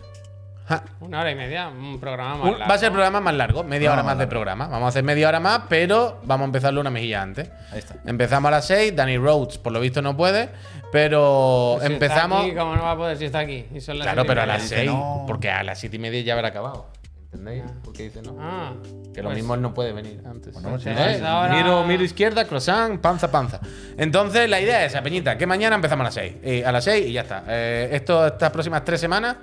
Speaker 1: Una hora y media, un programa más largo.
Speaker 3: Va a ser el programa más largo, media hora
Speaker 2: Programa
Speaker 3: más
Speaker 2: más
Speaker 3: de
Speaker 2: largo.
Speaker 3: programa. Vamos a hacer media hora más, pero vamos a empezarlo una mejilla antes.
Speaker 2: Ahí está.
Speaker 3: Empezamos a las 6, Danny Rhodes por lo visto no puede, pero
Speaker 1: Si está
Speaker 3: empezamos...
Speaker 1: Aquí, ¿Cómo no va a poder si está aquí? Y son las siete
Speaker 3: Claro,
Speaker 1: y
Speaker 3: pero a
Speaker 1: media.
Speaker 3: las
Speaker 2: dice
Speaker 3: 6,
Speaker 2: no.
Speaker 3: porque a las 7 y media ya habrá acabado. ¿Entendéis? Porque dice no.
Speaker 1: Ah,
Speaker 3: Que lo
Speaker 1: pues,
Speaker 3: mismo él no puede venir antes.
Speaker 2: Bueno, sí,
Speaker 3: ¿Entendéis?
Speaker 1: sí, sí. Pues Ahora-
Speaker 3: Miro, miro izquierda, croissant, panza, panza. Entonces, la idea es esa, Peñita, que mañana empezamos a las 6. Y a las 6 y ya está. Eh, esto, estas próximas tres semanas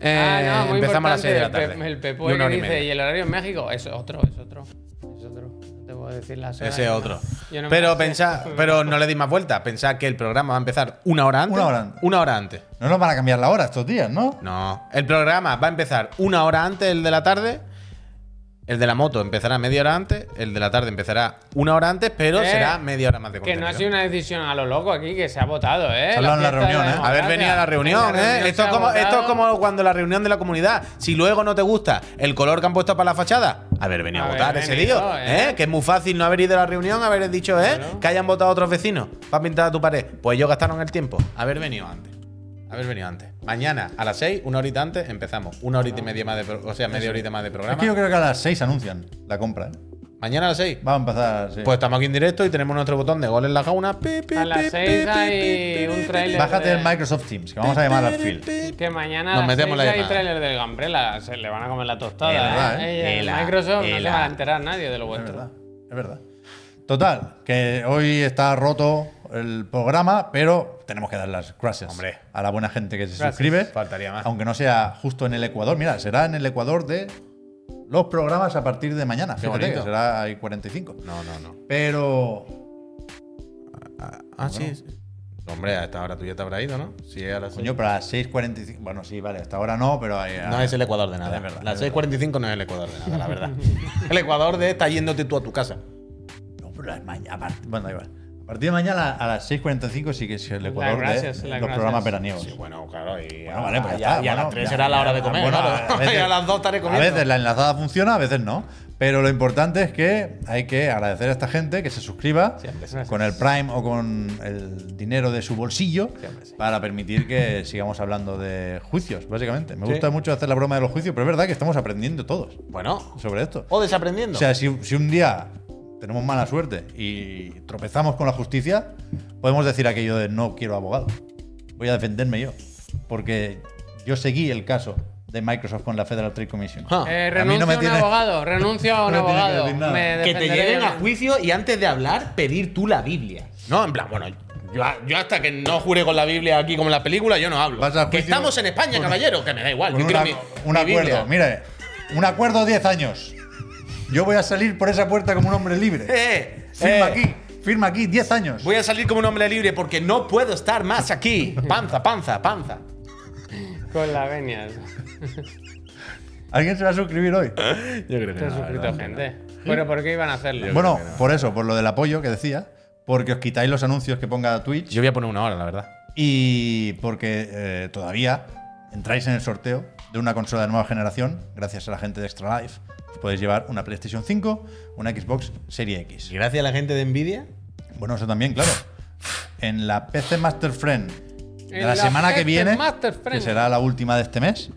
Speaker 3: eh,
Speaker 1: ah, no, muy
Speaker 3: empezamos a las 6 de la
Speaker 1: importante,
Speaker 3: tarde.
Speaker 1: El, pe- el
Speaker 3: Y
Speaker 1: Pepoe
Speaker 3: una
Speaker 1: que
Speaker 3: hora y
Speaker 1: dice,
Speaker 3: media.
Speaker 1: y el horario en México, es otro, es otro. Es otro. No te puedo decir las horas.
Speaker 3: Ese es
Speaker 1: no.
Speaker 3: otro.
Speaker 1: Yo no me
Speaker 3: pero
Speaker 1: las sé.
Speaker 3: pensad, pero no le deis más vuelta. Pensad que el programa va a empezar una hora antes.
Speaker 2: Una hora antes.
Speaker 3: Una hora antes.
Speaker 2: No nos van a cambiar la hora estos días, ¿no?
Speaker 3: No. El programa va a empezar una hora antes, el de la tarde. El de la moto empezará media hora antes. El de la tarde empezará una hora antes, pero
Speaker 1: Eh,
Speaker 3: será media hora más de
Speaker 1: Que
Speaker 3: contenido.
Speaker 1: no ha sido una decisión a lo loco aquí, que se ha votado, ¿eh?
Speaker 2: Se ha hablado en la
Speaker 1: fiesta de
Speaker 2: reunión, ¿eh?
Speaker 3: A ver, venía a la reunión,
Speaker 1: En la
Speaker 3: ¿eh?
Speaker 1: reunión
Speaker 3: Esto
Speaker 1: se
Speaker 3: es,
Speaker 1: ha
Speaker 3: como, esto es
Speaker 1: votado.
Speaker 3: como cuando la reunión de la comunidad. Si luego no te gusta el color que han puesto para la fachada, haber venido a
Speaker 1: Haber
Speaker 3: votar ese
Speaker 1: venido,
Speaker 3: día.
Speaker 1: ¿eh?
Speaker 3: ¿eh? Que es muy fácil no haber ido a la reunión, haber dicho, ¿eh?
Speaker 1: Claro.
Speaker 3: Que hayan votado otros vecinos para pintar tu pared. Pues ellos gastaron el tiempo. Haber venido antes. Haber venido antes. Mañana a las 6, una horita antes, empezamos. Una horita y media más de pro- O sea, media horita más de
Speaker 2: Es
Speaker 3: programa.
Speaker 2: que yo creo que a las 6 anuncian la compra. ¿eh?
Speaker 3: Mañana a las 6.
Speaker 2: Va a empezar. sí.
Speaker 3: Pues estamos aquí en directo y tenemos nuestro botón de gol en la jauna. Pi, pi,
Speaker 1: A las
Speaker 3: pi,
Speaker 1: seis
Speaker 3: pi,
Speaker 1: hay
Speaker 3: pi, pi,
Speaker 1: un
Speaker 3: pi,
Speaker 1: tráiler.
Speaker 2: Bájate el
Speaker 1: de-
Speaker 2: Microsoft Teams, que vamos a llamar al Phil.
Speaker 3: pi.
Speaker 1: Que mañana
Speaker 3: Nos
Speaker 1: a las
Speaker 3: metemos la
Speaker 1: seis hay
Speaker 3: llamada.
Speaker 1: trailer del Gambrela, se le van a comer la tostada.
Speaker 2: Es verdad,
Speaker 1: ¿eh?
Speaker 3: ¿eh?
Speaker 1: Y el
Speaker 3: Ela,
Speaker 1: Microsoft no se
Speaker 3: ela.
Speaker 1: va a enterar nadie de lo
Speaker 2: Es
Speaker 1: vuestro.
Speaker 2: verdad, es verdad. Total, que hoy está roto el programa, pero tenemos que dar las gracias
Speaker 3: Hombre.
Speaker 2: a la buena gente que se
Speaker 1: Gracias.
Speaker 2: suscribe.
Speaker 3: Faltaría más.
Speaker 2: Aunque no sea justo en el Ecuador. Mira, será en el Ecuador de los programas a partir de mañana. Fíjate
Speaker 3: bonito.
Speaker 2: que será hay 45.
Speaker 3: No, no, no.
Speaker 2: Pero
Speaker 3: Ah, sí. Hombre, a esta hora tú ya te habrás ido, ¿no? Sí, a las
Speaker 2: Coño, para las 6.45. Bueno, sí, vale, hasta ahora no, pero. ahí-
Speaker 3: No es el Ecuador de nada.
Speaker 2: Es verdad,
Speaker 3: las
Speaker 2: es
Speaker 3: 6.45 no es el Ecuador de nada, la verdad. el Ecuador de está yéndote tú a tu casa.
Speaker 2: No, pero las maña- a part- bueno, da igual. A partir de mañana a las 6.45 sí que es el Ecuador
Speaker 1: gracias,
Speaker 2: de
Speaker 1: la
Speaker 2: los
Speaker 1: gracias.
Speaker 2: programas veraniegos.
Speaker 3: Sí, bueno, claro. Y
Speaker 2: Bueno, vale, pues ya
Speaker 3: ya-
Speaker 2: está,
Speaker 3: y a
Speaker 2: bueno,
Speaker 3: las 3
Speaker 2: ya-
Speaker 3: será la hora de
Speaker 2: ya-
Speaker 3: comer.
Speaker 2: bueno,
Speaker 3: claro.
Speaker 2: a veces-
Speaker 3: y a las 2 estaré
Speaker 2: A
Speaker 3: comiendo.
Speaker 2: veces la enlazada funciona, a veces no. Pero lo importante es que hay que agradecer a esta gente que se suscriba
Speaker 3: Siempre,
Speaker 1: gracias.
Speaker 2: con el Prime o con el dinero de su bolsillo
Speaker 3: Siempre, sí.
Speaker 2: para permitir que sigamos hablando de juicios, básicamente. Me
Speaker 3: Sí.
Speaker 2: gusta mucho hacer la broma de los juicios, pero es verdad que estamos aprendiendo todos
Speaker 3: Bueno,
Speaker 2: sobre esto.
Speaker 3: o desaprendiendo.
Speaker 2: O sea, si, si un día tenemos mala suerte y tropezamos con la justicia, podemos decir aquello de no quiero abogado. Voy a defenderme yo. Porque yo seguí el caso de Microsoft con la Federal Trade Commission.
Speaker 3: Ah.
Speaker 1: Eh,
Speaker 2: A mí
Speaker 1: renuncio
Speaker 2: no me
Speaker 1: a un
Speaker 2: tiene-
Speaker 1: abogado, renuncio a un
Speaker 2: No me tiene que
Speaker 1: abogado.
Speaker 2: decir nada.
Speaker 1: Me
Speaker 3: que te
Speaker 1: defenderé yo
Speaker 3: lleven a
Speaker 1: mismo.
Speaker 3: juicio y antes de hablar pedir tú la Biblia. No, en plan, bueno, yo, yo hasta que no jure con la Biblia aquí como en la película, yo no hablo.
Speaker 2: Vas a
Speaker 3: Que
Speaker 2: juicio
Speaker 3: estamos en España, caballero, que me da igual.
Speaker 2: Con
Speaker 3: yo
Speaker 2: un,
Speaker 3: quiero
Speaker 2: ac-
Speaker 3: mi-
Speaker 2: un
Speaker 3: mi
Speaker 2: acuerdo,
Speaker 3: Biblia.
Speaker 2: mire, un acuerdo 10 años. Yo voy a salir por esa puerta como un hombre libre.
Speaker 3: Eh, eh,
Speaker 2: Firma aquí, firma aquí 10 años.
Speaker 3: Voy a salir como un hombre libre porque no puedo estar más aquí. Panza, panza, panza.
Speaker 1: Con la venia. Este
Speaker 2: ¿Alguien se va a suscribir hoy?
Speaker 3: Yo creo
Speaker 1: Te ha suscrito gente. Bueno, ¿por qué iban a hacerlo?
Speaker 2: Bueno, por eso, por lo del apoyo que decía, porque os quitáis los anuncios que ponga Twitch.
Speaker 3: Yo voy a poner una hora, la verdad.
Speaker 2: Y porque eh, todavía entráis en el sorteo de una consola de nueva generación, gracias a la gente de Extra Life. Os podéis llevar una PlayStation 5, una Xbox Serie X.
Speaker 3: Y gracias a la gente de Nvidia.
Speaker 2: Bueno, eso también, claro. En la PC Master Friend de
Speaker 1: En
Speaker 2: la,
Speaker 1: la
Speaker 2: semana que
Speaker 1: PC
Speaker 2: viene,
Speaker 1: Master Friend.
Speaker 2: que será la última de este mes,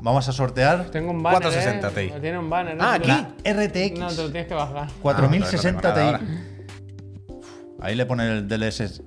Speaker 2: vamos a sortear
Speaker 1: Tengo un banner.
Speaker 3: 460
Speaker 1: ¿eh?
Speaker 3: Ti.
Speaker 1: Tiene un banner. ¿no?
Speaker 2: Ah,
Speaker 1: Tú-
Speaker 2: la RTX
Speaker 1: No, te lo tienes que bajar.
Speaker 3: Ah,
Speaker 2: 4060
Speaker 3: no, no tengo
Speaker 2: Ti. Ahí le pone el DLSS,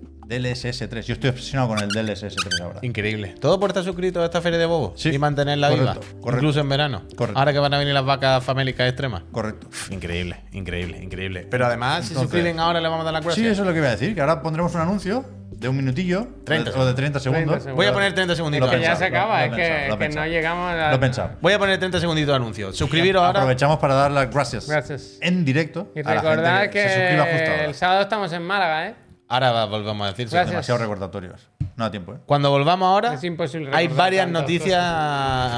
Speaker 2: 3. Yo estoy obsesionado con el DLSS 3 ahora.
Speaker 3: Increíble. Todo por estar suscrito a esta feria de bobos
Speaker 2: Sí.
Speaker 3: y mantenerla
Speaker 2: Correcto,
Speaker 3: viva.
Speaker 2: correcto.
Speaker 3: Incluso en verano.
Speaker 2: Correcto.
Speaker 3: Ahora que van a venir las vacas famélicas extremas.
Speaker 2: Correcto.
Speaker 3: Increíble, increíble, increíble. Pero además, si
Speaker 2: Entonces-
Speaker 3: suscriben ahora, le vamos a dar las gracias.
Speaker 2: Sí, eso es lo que iba a decir, que ahora pondremos un anuncio de un minutillo
Speaker 3: 30
Speaker 2: o de- o de 30 segundos.
Speaker 1: 30 segundos.
Speaker 3: Voy a poner 30 segunditos.
Speaker 2: Lo
Speaker 1: Que
Speaker 2: he
Speaker 1: ya
Speaker 2: pensado,
Speaker 1: se acaba,
Speaker 2: lo he
Speaker 1: es que,
Speaker 2: pensado, lo he
Speaker 1: que no
Speaker 2: pensado.
Speaker 1: llegamos a.
Speaker 2: Lo he pensado.
Speaker 3: Voy a poner 30 segunditos de anuncio. Suscribiros ahora.
Speaker 2: Aprovechamos para dar las gracias
Speaker 1: Gracias.
Speaker 2: en directo
Speaker 1: Y
Speaker 2: a la
Speaker 1: recordad
Speaker 2: gente
Speaker 1: que,
Speaker 2: que se suscriba justo ahora.
Speaker 1: el sábado estamos en Málaga, ¿eh?
Speaker 3: Ahora va- volvemos a decir. sí.
Speaker 1: Gracias.
Speaker 2: Demasiados recordatorios. No da tiempo, ¿eh?
Speaker 3: Cuando volvamos ahora,
Speaker 1: Es imposible
Speaker 3: hay
Speaker 1: recordar
Speaker 3: varias
Speaker 1: tantas
Speaker 3: noticias.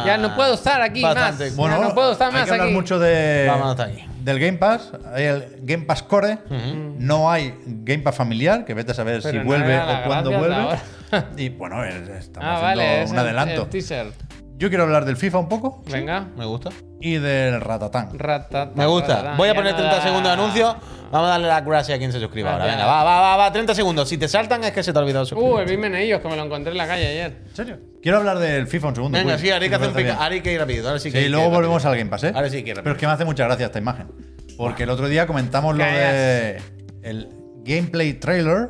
Speaker 1: Ya no puedo estar aquí
Speaker 3: bastante-
Speaker 1: más.
Speaker 2: Bueno,
Speaker 1: Ya no puedo estar
Speaker 2: hay
Speaker 1: más
Speaker 2: que hablar
Speaker 1: aquí.
Speaker 2: mucho de,
Speaker 3: Vamos hasta aquí.
Speaker 2: del Game Pass. Hay el Game Pass Core. No hay Game Pass familiar, que vete a saber
Speaker 1: Pero
Speaker 2: si
Speaker 1: no
Speaker 2: vuelve
Speaker 1: era la
Speaker 2: o cuándo
Speaker 1: gracia
Speaker 2: vuelve.
Speaker 1: hasta
Speaker 2: Y bueno, es- estamos
Speaker 1: Ah,
Speaker 2: haciendo
Speaker 1: vale, es
Speaker 2: un
Speaker 1: el-
Speaker 2: adelanto.
Speaker 1: el teaser.
Speaker 2: Yo quiero hablar del FIFA un poco
Speaker 1: Venga.
Speaker 3: Me gusta.
Speaker 2: y del Ratatán.
Speaker 1: Ratata,
Speaker 3: Me gusta.
Speaker 1: ratata.
Speaker 3: Voy a
Speaker 1: Ya
Speaker 3: poner
Speaker 1: no
Speaker 3: 30
Speaker 1: da-
Speaker 3: segundos de anuncio. Vamos a darle las gracias a quien se suscriba ahora.
Speaker 1: Gracias.
Speaker 3: Venga, va, va, va, va. 30 segundos. Si te saltan es que se te ha olvidado
Speaker 1: Uh,
Speaker 3: suscribirte.
Speaker 1: el Vimen ellos, que me lo encontré en la calle ayer.
Speaker 2: ¿En serio? Quiero hablar del FIFA un segundo.
Speaker 3: Venga,
Speaker 2: Puy,
Speaker 3: sí, ahora hay
Speaker 2: si
Speaker 3: que hacer
Speaker 2: te
Speaker 3: un
Speaker 2: parece
Speaker 3: pica.
Speaker 2: bien.
Speaker 3: Ahora hay que ir rápido. Ahora sí que
Speaker 2: Sí,
Speaker 3: hay
Speaker 2: y
Speaker 3: que
Speaker 2: luego
Speaker 3: ir rápido.
Speaker 2: volvemos al Game Pass, ¿eh?
Speaker 3: Ahora sí que rápido.
Speaker 2: Pero es que me hace mucha gracia esta imagen. Porque el otro día comentamos lo
Speaker 1: Callas.
Speaker 2: de el gameplay trailer,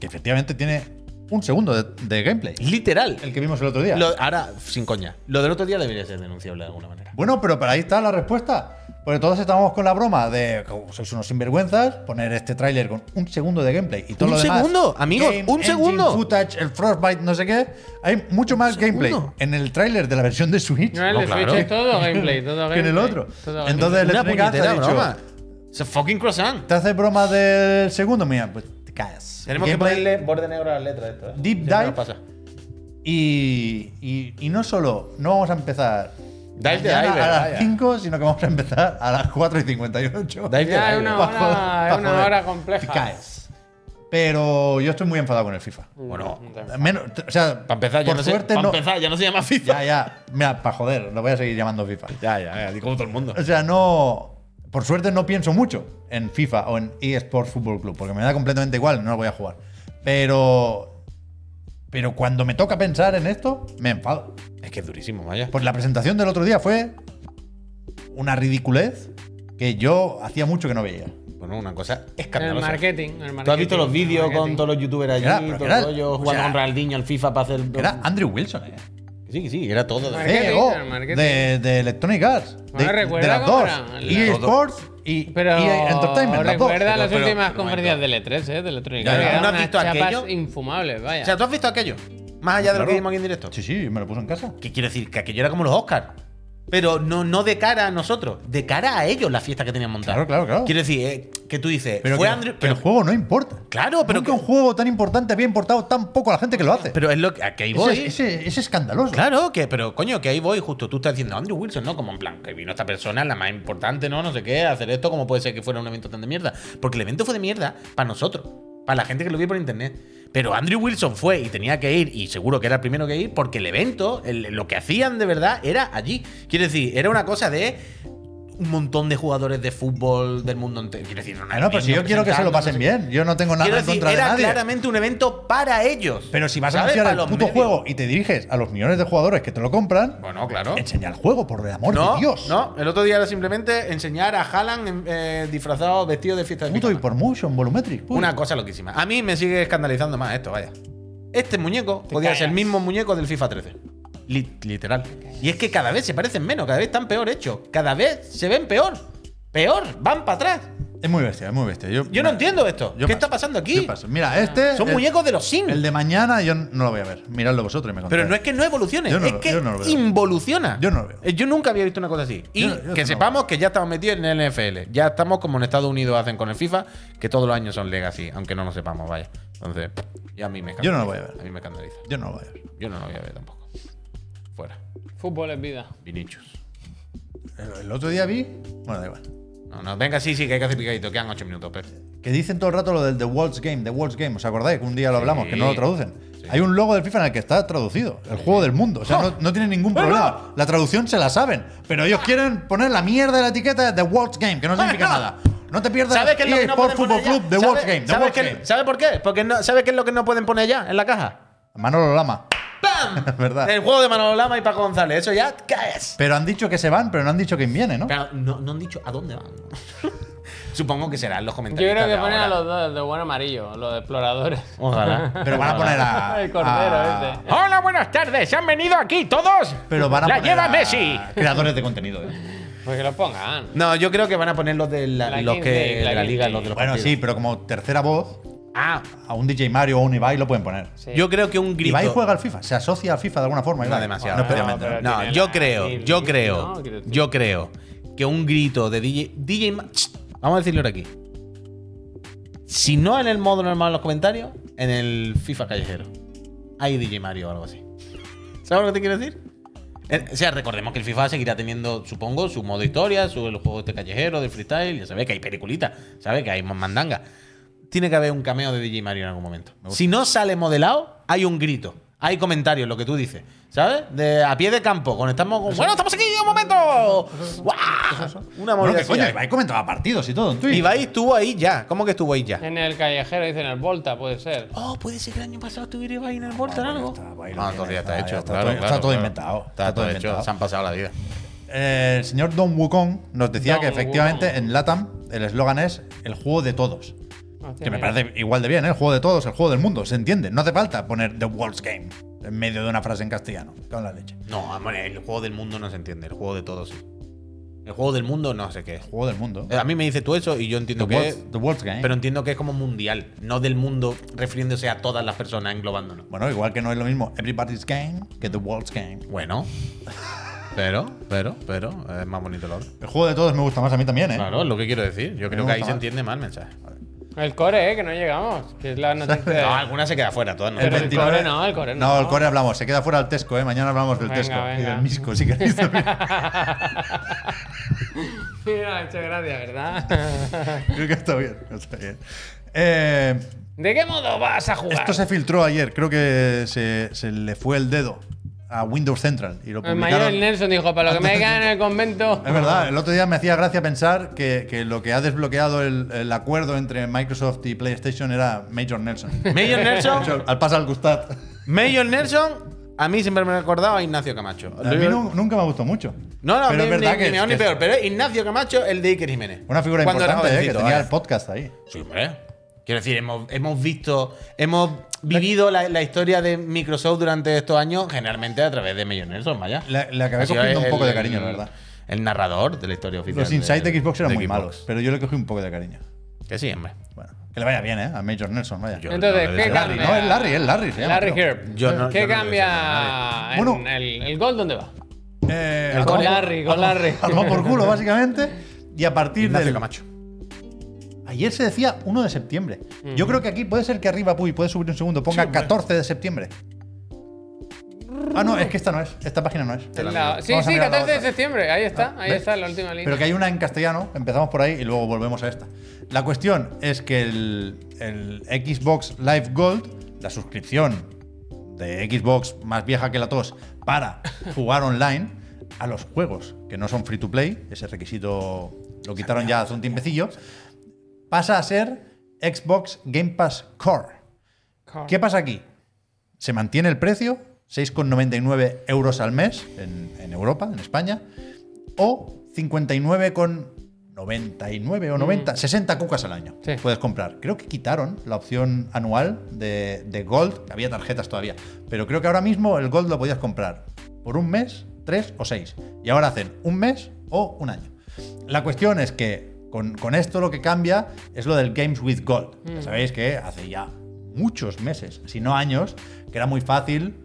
Speaker 2: que efectivamente tiene un segundo de, de gameplay.
Speaker 3: Literal.
Speaker 2: El que vimos el otro día.
Speaker 3: Lo- ahora, sin coña. Lo del otro día debería ser denunciable de alguna manera.
Speaker 2: Bueno, pero para ahí está la respuesta. Porque todos estábamos con la broma de que sois unos sinvergüenzas, poner este tráiler con un segundo de gameplay y todo
Speaker 3: Un
Speaker 2: lo demás.
Speaker 3: segundo, amigos,
Speaker 2: Game,
Speaker 3: un
Speaker 2: engine,
Speaker 3: segundo.
Speaker 2: footage, el Frostbite, no sé qué. Hay mucho más gameplay
Speaker 3: segundo.
Speaker 2: en el tráiler de la versión de Switch.
Speaker 1: No, el
Speaker 3: No,
Speaker 1: de
Speaker 3: claro.
Speaker 1: Switch es todo gameplay, todo
Speaker 2: que en el
Speaker 1: gameplay,
Speaker 2: otro.
Speaker 1: todo gameplay.
Speaker 2: Entonces, el
Speaker 3: Una
Speaker 2: Electronic Arts
Speaker 3: puñetera
Speaker 2: ha dicho,
Speaker 3: broma. Es a fucking croissant.
Speaker 2: ¿Te haces broma del segundo? Mira, pues te caes.
Speaker 3: Tenemos que
Speaker 2: Gameplay
Speaker 3: ponerle borde negro a las letras esto. ¿eh?
Speaker 2: Deep
Speaker 3: Siempre nos
Speaker 2: dive.
Speaker 3: pasa.
Speaker 2: Y, y, y no solo no vamos a empezar
Speaker 3: Dive de
Speaker 2: mañana
Speaker 3: diver,
Speaker 2: a
Speaker 3: vaya.
Speaker 2: las 5, sino que vamos a empezar a las 4 y 58.
Speaker 3: Dive de
Speaker 1: Ya, es
Speaker 3: diver.
Speaker 1: una
Speaker 2: Pa'
Speaker 1: hora,
Speaker 2: joder,
Speaker 1: es
Speaker 2: pa'
Speaker 1: una
Speaker 2: joder.
Speaker 1: hora compleja.
Speaker 2: Te caes. Pero yo estoy muy enfadado con el FIFA.
Speaker 3: Bueno,
Speaker 2: Menos, o sea,
Speaker 3: para empezar, ya
Speaker 2: por
Speaker 3: no
Speaker 2: suerte
Speaker 3: se, pa'
Speaker 2: no.
Speaker 3: empezar, ya no se llama FIFA.
Speaker 2: Ya, ya. Mira, para joder, lo voy a seguir llamando FIFA.
Speaker 3: Ya, ya, ya, así como todo el mundo.
Speaker 2: O sea, no. Por suerte no pienso mucho en FIFA o en eSports Football Club, porque me da completamente igual, no lo voy a jugar. Pero. Pero cuando me toca pensar en esto, me enfado.
Speaker 3: Es que es durísimo, vaya.
Speaker 2: Pues la presentación del otro día fue una ridiculez que yo hacía mucho que no veía.
Speaker 3: Bueno, una cosa
Speaker 1: El
Speaker 3: escandalosa.
Speaker 1: marketing, el marketing.
Speaker 3: ¿Tú has visto los
Speaker 1: el
Speaker 3: vídeos con
Speaker 1: marketing.
Speaker 3: todos los youtubers allí,
Speaker 2: Era, pero
Speaker 3: todo
Speaker 2: era-
Speaker 3: el rollo,
Speaker 2: o
Speaker 3: jugando
Speaker 2: sea,
Speaker 3: con Ronaldinho al FIFA para hacer.
Speaker 2: Que Era Andrew Wilson, eh.
Speaker 3: Sí, sí, era todo. de-
Speaker 1: Marketing,
Speaker 2: CEO
Speaker 1: el marketing.
Speaker 2: de, de Electronic Arts.
Speaker 1: Bueno,
Speaker 2: de,
Speaker 1: recuerda
Speaker 2: de las
Speaker 1: cómo
Speaker 2: dos.
Speaker 1: era la-
Speaker 2: EA Sports y,
Speaker 1: Pero
Speaker 2: y Entertainment. las dos.
Speaker 1: recuerda
Speaker 3: Pero-
Speaker 1: las
Speaker 3: pero-
Speaker 1: últimas
Speaker 3: pero
Speaker 1: conferencias
Speaker 3: momento.
Speaker 1: de E3, ¿eh? De Electronic.
Speaker 2: Ya, ya.
Speaker 1: Eran
Speaker 3: ¿No has
Speaker 1: unas
Speaker 3: visto
Speaker 1: chapas
Speaker 3: aquello?
Speaker 1: infumables, vaya.
Speaker 3: O sea, ¿tú has visto aquello? Más allá de lo
Speaker 2: Claro.
Speaker 3: que vimos aquí en directo.
Speaker 2: Sí, sí, me lo puse en casa.
Speaker 3: Que quiero decir, que aquello era como los Oscars. Pero no, no de cara a nosotros, de cara a ellos la fiesta que tenían montada.
Speaker 2: Claro, claro, claro.
Speaker 3: Quiero decir, eh, que tú dices,
Speaker 2: Pero,
Speaker 3: fue
Speaker 2: que,
Speaker 3: Andrew.
Speaker 2: que
Speaker 3: Pero,
Speaker 2: el juego no importa.
Speaker 3: claro, pero,
Speaker 2: Nunca un juego tan importante había importado tan poco a la gente que lo hace.
Speaker 3: pero es lo que. Aquí
Speaker 2: Ese-
Speaker 3: voy.
Speaker 2: ese- ese es escandaloso.
Speaker 3: Claro, que, pero coño, que ahí voy, justo tú estás diciendo Andrew Wilson, ¿no? Como en plan, que vino esta persona, la más importante, ¿no? No sé qué, a hacer esto, como puede ser que fuera un evento tan de mierda? Porque el evento fue de mierda para nosotros, para la gente que lo vio por internet. Pero Andrew Wilson fue y tenía que ir, y seguro que era el primero que ir, porque el evento, el- lo que hacían de verdad era allí. Quiero decir, era una cosa de un montón de jugadores de fútbol del mundo entero. Quiero decir,
Speaker 2: Ah, no, pero si yo quiero que se lo pasen
Speaker 3: bien
Speaker 2: bien, yo no tengo nada
Speaker 3: Quiero
Speaker 2: en
Speaker 3: decir,
Speaker 2: contra de
Speaker 3: era
Speaker 2: nadie.
Speaker 3: claramente un evento para ellos.
Speaker 2: Pero si vas a
Speaker 3: ¿sabes?
Speaker 2: anunciar
Speaker 3: Para
Speaker 2: el
Speaker 3: los
Speaker 2: puto
Speaker 3: medios.
Speaker 2: juego y te diriges a los millones de jugadores que te lo compran,
Speaker 3: Bueno, claro.
Speaker 2: enseña el juego, por el amor
Speaker 3: No,
Speaker 2: de Dios.
Speaker 3: no, el otro día era simplemente enseñar a Haaland eh, disfrazado, vestido de fiesta de
Speaker 2: Puto
Speaker 3: pijama.
Speaker 2: Hypermotion, Volumetric. puto.
Speaker 3: Una cosa loquísima. A mí me sigue escandalizando más esto, vaya. Este muñeco podía ser el
Speaker 1: callas.
Speaker 3: mismo muñeco del FIFA 13. Li- literal. Y es que cada vez se parecen menos, cada vez están peor hechos. Cada vez se ven peor. Peor, van para atrás.
Speaker 2: Es muy bestia, es muy bestia. Yo,
Speaker 3: Yo no entiendo esto.
Speaker 2: Yo paso.
Speaker 3: ¿Qué está pasando
Speaker 2: Yo
Speaker 3: aquí? Ah,
Speaker 2: paso. Mira, este.
Speaker 3: Son
Speaker 2: el-
Speaker 3: muñecos de los Sims.
Speaker 2: El de mañana yo no lo voy a ver. Miradlo vosotros y me contáis.
Speaker 3: Pero no es que no evolucione,
Speaker 2: Yo no
Speaker 3: es
Speaker 2: lo-
Speaker 3: que
Speaker 2: yo no lo veo.
Speaker 3: involuciona.
Speaker 2: Yo no lo veo.
Speaker 3: Eh, Yo nunca había visto una cosa así. Y
Speaker 2: Yo- yo
Speaker 3: que
Speaker 2: no.
Speaker 3: sepamos que ya estamos metidos en el NFL. Ya estamos como en Estados Unidos hacen con el FIFA, que todos los años son legacy, aunque no lo sepamos, vaya. Entonces, ya a mí me
Speaker 2: Yo no lo
Speaker 3: escandaliza,
Speaker 2: voy a ver.
Speaker 3: A mí me escandaliza.
Speaker 2: Yo no lo voy a ver.
Speaker 3: Yo no lo voy a ver tampoco. Fuera.
Speaker 1: Fútbol es vida.
Speaker 3: Vinicius.
Speaker 2: El, el otro día vi. Bueno, da igual.
Speaker 3: No, no, venga, sí, sí, que hay que hacer picadito. Quedan 8 minutos, Pep.
Speaker 2: Que dicen todo el rato lo del The World's Game, The World's Game. ¿Os acordáis? Que un día lo hablamos, que no lo traducen. Hay un logo del FIFA en el que está traducido. El juego del mundo. O sea, no, no tiene ningún problema. La traducción se la saben. Pero ellos quieren poner la mierda de la etiqueta de The World's Game, que no significa
Speaker 3: Bueno.
Speaker 2: nada. No te pierdas
Speaker 3: ¿Sabes qué es lo que
Speaker 2: EA
Speaker 3: no
Speaker 2: Sport
Speaker 3: pueden
Speaker 2: Football
Speaker 3: poner ya?
Speaker 2: Club, The
Speaker 3: ¿Sabes-
Speaker 2: World's Game. The
Speaker 3: ¿sabes
Speaker 2: World's
Speaker 3: qué-
Speaker 2: Game.
Speaker 3: ¿Sabes por qué? Porque no, ¿Sabes qué es lo que no pueden poner ya en la caja?
Speaker 2: Manolo Lama.
Speaker 3: ¡Pam!
Speaker 2: Es verdad.
Speaker 3: El juego de Manolo Lama y Paco González. Eso ya, ¿qué es?
Speaker 2: Pero han dicho que se van, pero no han dicho quién viene, ¿no?
Speaker 3: Pero no, no han dicho a dónde van. Supongo que serán los
Speaker 1: Yo
Speaker 3: comentarios.
Speaker 1: creo que ponen a los dos, el de buen amarillo, los de exploradores.
Speaker 3: Ojalá.
Speaker 2: Pero van a poner
Speaker 3: Ah,
Speaker 2: a.
Speaker 1: El cordero este.
Speaker 2: a-
Speaker 1: ese.
Speaker 3: Hola, buenas tardes. Han venido aquí todos.
Speaker 2: Pero van a
Speaker 3: La
Speaker 2: poner
Speaker 3: lleva
Speaker 2: a
Speaker 3: Messi.
Speaker 2: Creadores de contenido, ¿eh?
Speaker 1: Pues que los pongan.
Speaker 3: No, yo creo que van a poner los de la,
Speaker 1: La
Speaker 3: los
Speaker 1: Kings
Speaker 3: que,
Speaker 1: League,
Speaker 3: de
Speaker 1: la
Speaker 3: la
Speaker 1: Kings
Speaker 3: liga,
Speaker 1: League.
Speaker 3: los de los
Speaker 2: Bueno, sí,
Speaker 3: partidos.
Speaker 2: pero como tercera voz,
Speaker 3: Ah,
Speaker 2: a un DJ Mario o un Ibai lo pueden poner.
Speaker 1: Sí.
Speaker 3: yo creo que un grito.
Speaker 2: Ibai juega al FIFA, se asocia al FIFA de alguna forma.
Speaker 3: No,
Speaker 2: Ibai.
Speaker 3: demasiado.
Speaker 2: No,
Speaker 3: No,
Speaker 2: especialmente,
Speaker 1: pero-
Speaker 2: ¿no?
Speaker 3: No,
Speaker 1: tiene
Speaker 3: yo
Speaker 1: la
Speaker 3: creo,
Speaker 1: Kings
Speaker 3: yo
Speaker 1: League,
Speaker 3: creo,
Speaker 1: ¿no? Quiero decir.
Speaker 3: yo creo que un grito de DJ. DJ Ma- Vamos a decirlo ahora aquí. Si no en el modo normal en los comentarios, en el FIFA callejero. Hay DJ Mario o algo así. ¿Sabes lo que te quiero decir? Eh, O sea, recordemos que el FIFA seguirá teniendo, supongo, su modo historia, su, los juegos de callejero, del freestyle, ya sabes que hay peliculitas, sabes que hay más mandanga. Tiene que haber un cameo de DJ Mario en algún momento. Si no sale modelado, hay un grito, hay comentarios, lo que tú dices, ¿sabes? De, a pie de campo, conectamos con... Bueno, estamos aquí, un momento. ¡Guau! Una
Speaker 2: Bueno,
Speaker 3: movida
Speaker 2: que coño,
Speaker 3: así.
Speaker 2: Ibai comentaba partidos y todo en Twitch.
Speaker 3: Ibai estuvo ahí ya. ¿Cómo que estuvo ahí ya?
Speaker 1: En el callejero dicen el Volta, puede ser.
Speaker 3: Oh, puede ser que el año pasado estuviera Ibai en el Volta
Speaker 2: Ah,
Speaker 3: en
Speaker 2: ya
Speaker 3: algo.
Speaker 2: está, Ibai lo
Speaker 3: No,
Speaker 2: tiene,
Speaker 3: todavía está,
Speaker 2: ya
Speaker 3: hecho.
Speaker 2: está
Speaker 3: claro,
Speaker 2: todo- está
Speaker 3: claro,
Speaker 2: todo
Speaker 3: claro.
Speaker 2: inventado,
Speaker 3: Está,
Speaker 2: está
Speaker 3: todo
Speaker 2: todo
Speaker 3: hecho.
Speaker 2: inventado.
Speaker 3: Se han pasado la vida.
Speaker 2: Eh, el señor Don Wukong nos decía
Speaker 1: Don
Speaker 2: que efectivamente
Speaker 1: Wukong.
Speaker 2: en LATAM el eslogan es el juego de todos. que me
Speaker 1: mira.
Speaker 2: parece igual de bien, ¿eh? el juego de todos, el juego del mundo, se entiende. No hace falta poner The World's Game en medio de una frase en castellano, con la leche.
Speaker 3: No, hombre, el juego del mundo no se entiende. El juego de todos sí. El juego del mundo no sé qué es.
Speaker 2: Juego del mundo.
Speaker 3: A mí me dices tú eso y yo entiendo Eh, que.
Speaker 2: World's- The World's Game.
Speaker 3: Pero entiendo que es como mundial, no del mundo refiriéndose a todas las personas englobándonos.
Speaker 2: Bueno, igual que no es lo mismo Everybody's Game que The World's Game.
Speaker 3: Bueno. Pero, pero, pero, es más bonito el otro.
Speaker 2: El juego de todos me gusta más a mí también, ¿eh?
Speaker 3: Claro, es lo que quiero decir. Yo creo
Speaker 2: me
Speaker 3: que ahí
Speaker 2: gusta
Speaker 3: se
Speaker 2: más.
Speaker 3: entiende mal el mensaje.
Speaker 1: El core, eh, que no llegamos. Que es la noticia.
Speaker 3: No, alguna se queda fuera, todas no.
Speaker 1: Pero el core no, el core no.
Speaker 2: No, el core hablamos. Se queda fuera el Tesco, ¿eh? Mañana hablamos del
Speaker 1: Venga,
Speaker 2: Tesco y
Speaker 1: venga.
Speaker 2: del Misco, si queréis. también.
Speaker 1: Mira, muchas gracias, ¿verdad?
Speaker 2: Creo que está bien. Está bien. Eh,
Speaker 1: ¿De qué modo vas a jugar?
Speaker 2: esto se filtró ayer. Creo que se, se le fue el dedo a Windows Central y lo
Speaker 1: El mayor
Speaker 2: publicaron.
Speaker 1: el Nelson dijo, para lo que me quedan en el convento.
Speaker 2: Es verdad, eh. el otro día me hacía gracia pensar que, que lo que ha desbloqueado el, el acuerdo entre Microsoft y PlayStation era Major Nelson.
Speaker 3: Mayor Nelson,
Speaker 2: Al pasar al Gustad.
Speaker 3: Mayor Nelson, a mí siempre me ha recordado a Ignacio Camacho.
Speaker 2: A mí nu- nunca me gustó mucho.
Speaker 3: No, no,
Speaker 2: pero
Speaker 3: ni,
Speaker 2: es verdad
Speaker 3: ni-
Speaker 2: que,
Speaker 3: ni mejor ni
Speaker 2: que
Speaker 3: peor, pero es Ignacio Camacho, el de Iker Jiménez.
Speaker 2: Una figura
Speaker 3: Cuando era
Speaker 2: importante, eh, que
Speaker 3: jovencito,
Speaker 2: tenía
Speaker 3: vaya.
Speaker 2: el podcast ahí.
Speaker 3: Sí, hombre. Quiero decir, hemos, hemos visto, hemos vivido la, la historia de Microsoft durante estos años, generalmente a través de Mayor Nelson, vaya.
Speaker 2: Le, le acabé
Speaker 3: Ha sido
Speaker 2: cogiendo un
Speaker 3: el-
Speaker 2: poco de cariño,
Speaker 3: el-
Speaker 2: la verdad.
Speaker 3: El narrador de la historia oficial.
Speaker 2: Los insights de Xbox eran
Speaker 3: de
Speaker 2: muy
Speaker 3: Xbox.
Speaker 2: malos, pero yo le cogí un poco de cariño.
Speaker 3: Que sí, hombre.
Speaker 2: Bueno, que le vaya bien, ¿eh? A Major Nelson, vaya.
Speaker 3: Yo-
Speaker 1: Entonces,
Speaker 3: no,
Speaker 1: ¿qué
Speaker 3: el
Speaker 2: Larry,
Speaker 1: cambia?
Speaker 2: no, es Larry, es Larry. se llama,
Speaker 1: Larry
Speaker 2: creo.
Speaker 1: Herb.
Speaker 3: Yo no-
Speaker 1: ¿Qué
Speaker 3: yo no
Speaker 1: cambia?
Speaker 2: le voy a decir nada a nadie.
Speaker 1: en el, el gol dónde va?
Speaker 2: Eh,
Speaker 1: Con
Speaker 2: a tomar-
Speaker 1: Larry, con
Speaker 2: a tomar-
Speaker 1: Larry.
Speaker 2: a tomar por culo, básicamente. Y a partir
Speaker 3: Ignacio
Speaker 2: del.
Speaker 3: Camacho.
Speaker 2: Ayer se decía 1 de septiembre.
Speaker 1: Mm.
Speaker 2: Yo creo que aquí puede ser que arriba Puy puede subir un segundo, ponga 14 de septiembre. Ah, no, es que esta no es. Esta página no es.
Speaker 1: Es la- sí,
Speaker 2: Vamos a
Speaker 1: sí,
Speaker 2: mirar
Speaker 1: 14
Speaker 2: la
Speaker 1: de
Speaker 2: otra.
Speaker 1: septiembre. Ahí está, ahí
Speaker 2: ¿Ves?
Speaker 1: está la última línea.
Speaker 2: Pero que hay una en castellano, empezamos por ahí y luego volvemos a esta. La cuestión es que el, el Xbox Live Gold, la suscripción de Xbox más vieja que la tos, para jugar online a los juegos que no son free to play, ese requisito lo quitaron ya hace un tiempecillo, pasa a ser Xbox Game Pass Core. ¿Qué pasa aquí? Se mantiene el precio, 6,99 euros al mes en, en Europa, en España, o 59,99 o 90, 60 cucas al año
Speaker 1: Sí.
Speaker 2: puedes comprar. Creo que quitaron la opción anual de, de Gold, que había tarjetas todavía, pero creo que ahora mismo el Gold lo podías comprar por un mes, tres o seis. Y ahora hacen un mes o un año. La cuestión es que con, con esto lo que cambia es lo del Games with Gold. Ya sabéis que hace ya muchos meses, si no años, que era muy fácil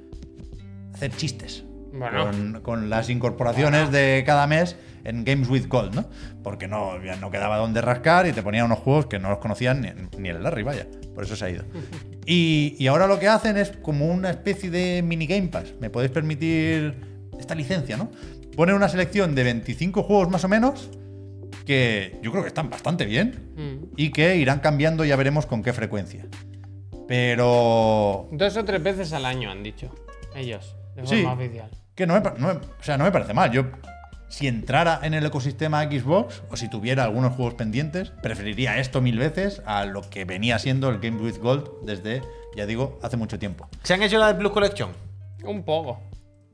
Speaker 2: hacer chistes
Speaker 1: Bueno.
Speaker 2: con, con las incorporaciones de cada mes en Games with Gold, ¿no? Porque no, ya no quedaba donde rascar y te ponían unos juegos que no los conocían ni, ni el Larry, vaya. Por eso se ha ido. Y, y ahora lo que hacen es como una especie de mini Game Pass. Me podéis permitir esta licencia, ¿no? Ponen una selección de 25 juegos más o menos que yo creo que están bastante bien
Speaker 1: Mm.
Speaker 2: y que irán cambiando, ya veremos con qué frecuencia. Pero
Speaker 1: Dos o tres veces al año han dicho ellos, de
Speaker 2: Sí.
Speaker 1: forma oficial.
Speaker 2: Que no me, pa- no me- o sea, no me parece mal. Yo, si entrara en el ecosistema Xbox o si tuviera algunos juegos pendientes, preferiría esto mil veces a lo que venía siendo el Game with Gold desde, ya digo, hace mucho tiempo.
Speaker 3: ¿Se han hecho la de Plus Collection?
Speaker 1: Un poco.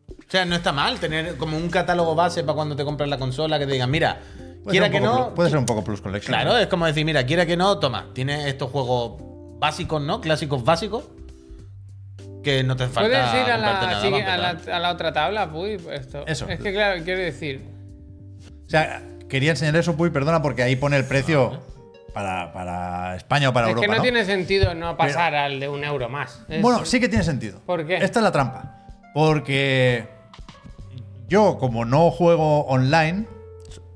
Speaker 3: O sea, no está mal tener como un catálogo base para cuando te compras la consola que te digan, mira,
Speaker 2: Puede
Speaker 3: quiera
Speaker 2: ser
Speaker 3: que
Speaker 2: un poco
Speaker 3: no,
Speaker 2: plus- puede ser un poco Plus Collection.
Speaker 3: Claro, es como decir, mira, quiera que no, toma, tienes estos juegos básicos, ¿no? Clásicos básicos. Que no te falta.
Speaker 1: Puedes ir a la,
Speaker 3: comprarte nada
Speaker 1: sigue-
Speaker 3: más,
Speaker 1: a,
Speaker 3: ¿verdad?
Speaker 1: la, a la otra tabla, Puy. Esto.
Speaker 2: Eso.
Speaker 1: Es que, claro, quiero decir.
Speaker 2: O sea, quería enseñar eso, Puy, perdona, porque ahí pone el precio para, para España o para
Speaker 1: es
Speaker 2: Europa.
Speaker 1: que no,
Speaker 2: ¿no?
Speaker 1: tiene sentido no pasar al de un euro más. Es-
Speaker 2: Bueno, sí que tiene sentido.
Speaker 1: ¿Por qué?
Speaker 2: Esta es la trampa. Porque yo, como no juego online,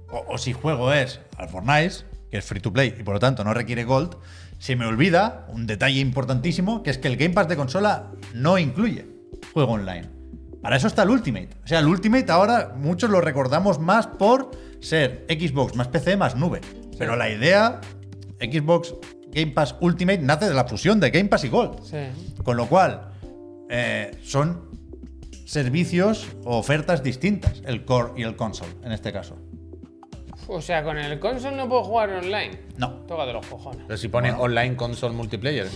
Speaker 2: o, o si juego es al Fortnite, que es free to play y por lo tanto no requiere gold, se me olvida un detalle importantísimo, que es que el Game Pass de consola no incluye juego online. Para eso está el Ultimate. O sea, el Ultimate ahora muchos lo recordamos más por ser Xbox más PC más nube. Pero la idea, Xbox Game Pass Ultimate, nace de la fusión de Game Pass y Gold.
Speaker 1: Sí.
Speaker 2: Con lo cual, eh, son servicios o ofertas distintas, el core y el console, en este caso.
Speaker 1: O sea, con el console no puedo jugar online.
Speaker 2: No.
Speaker 1: Toca de los cojones.
Speaker 3: Pero si pones online console multiplayer.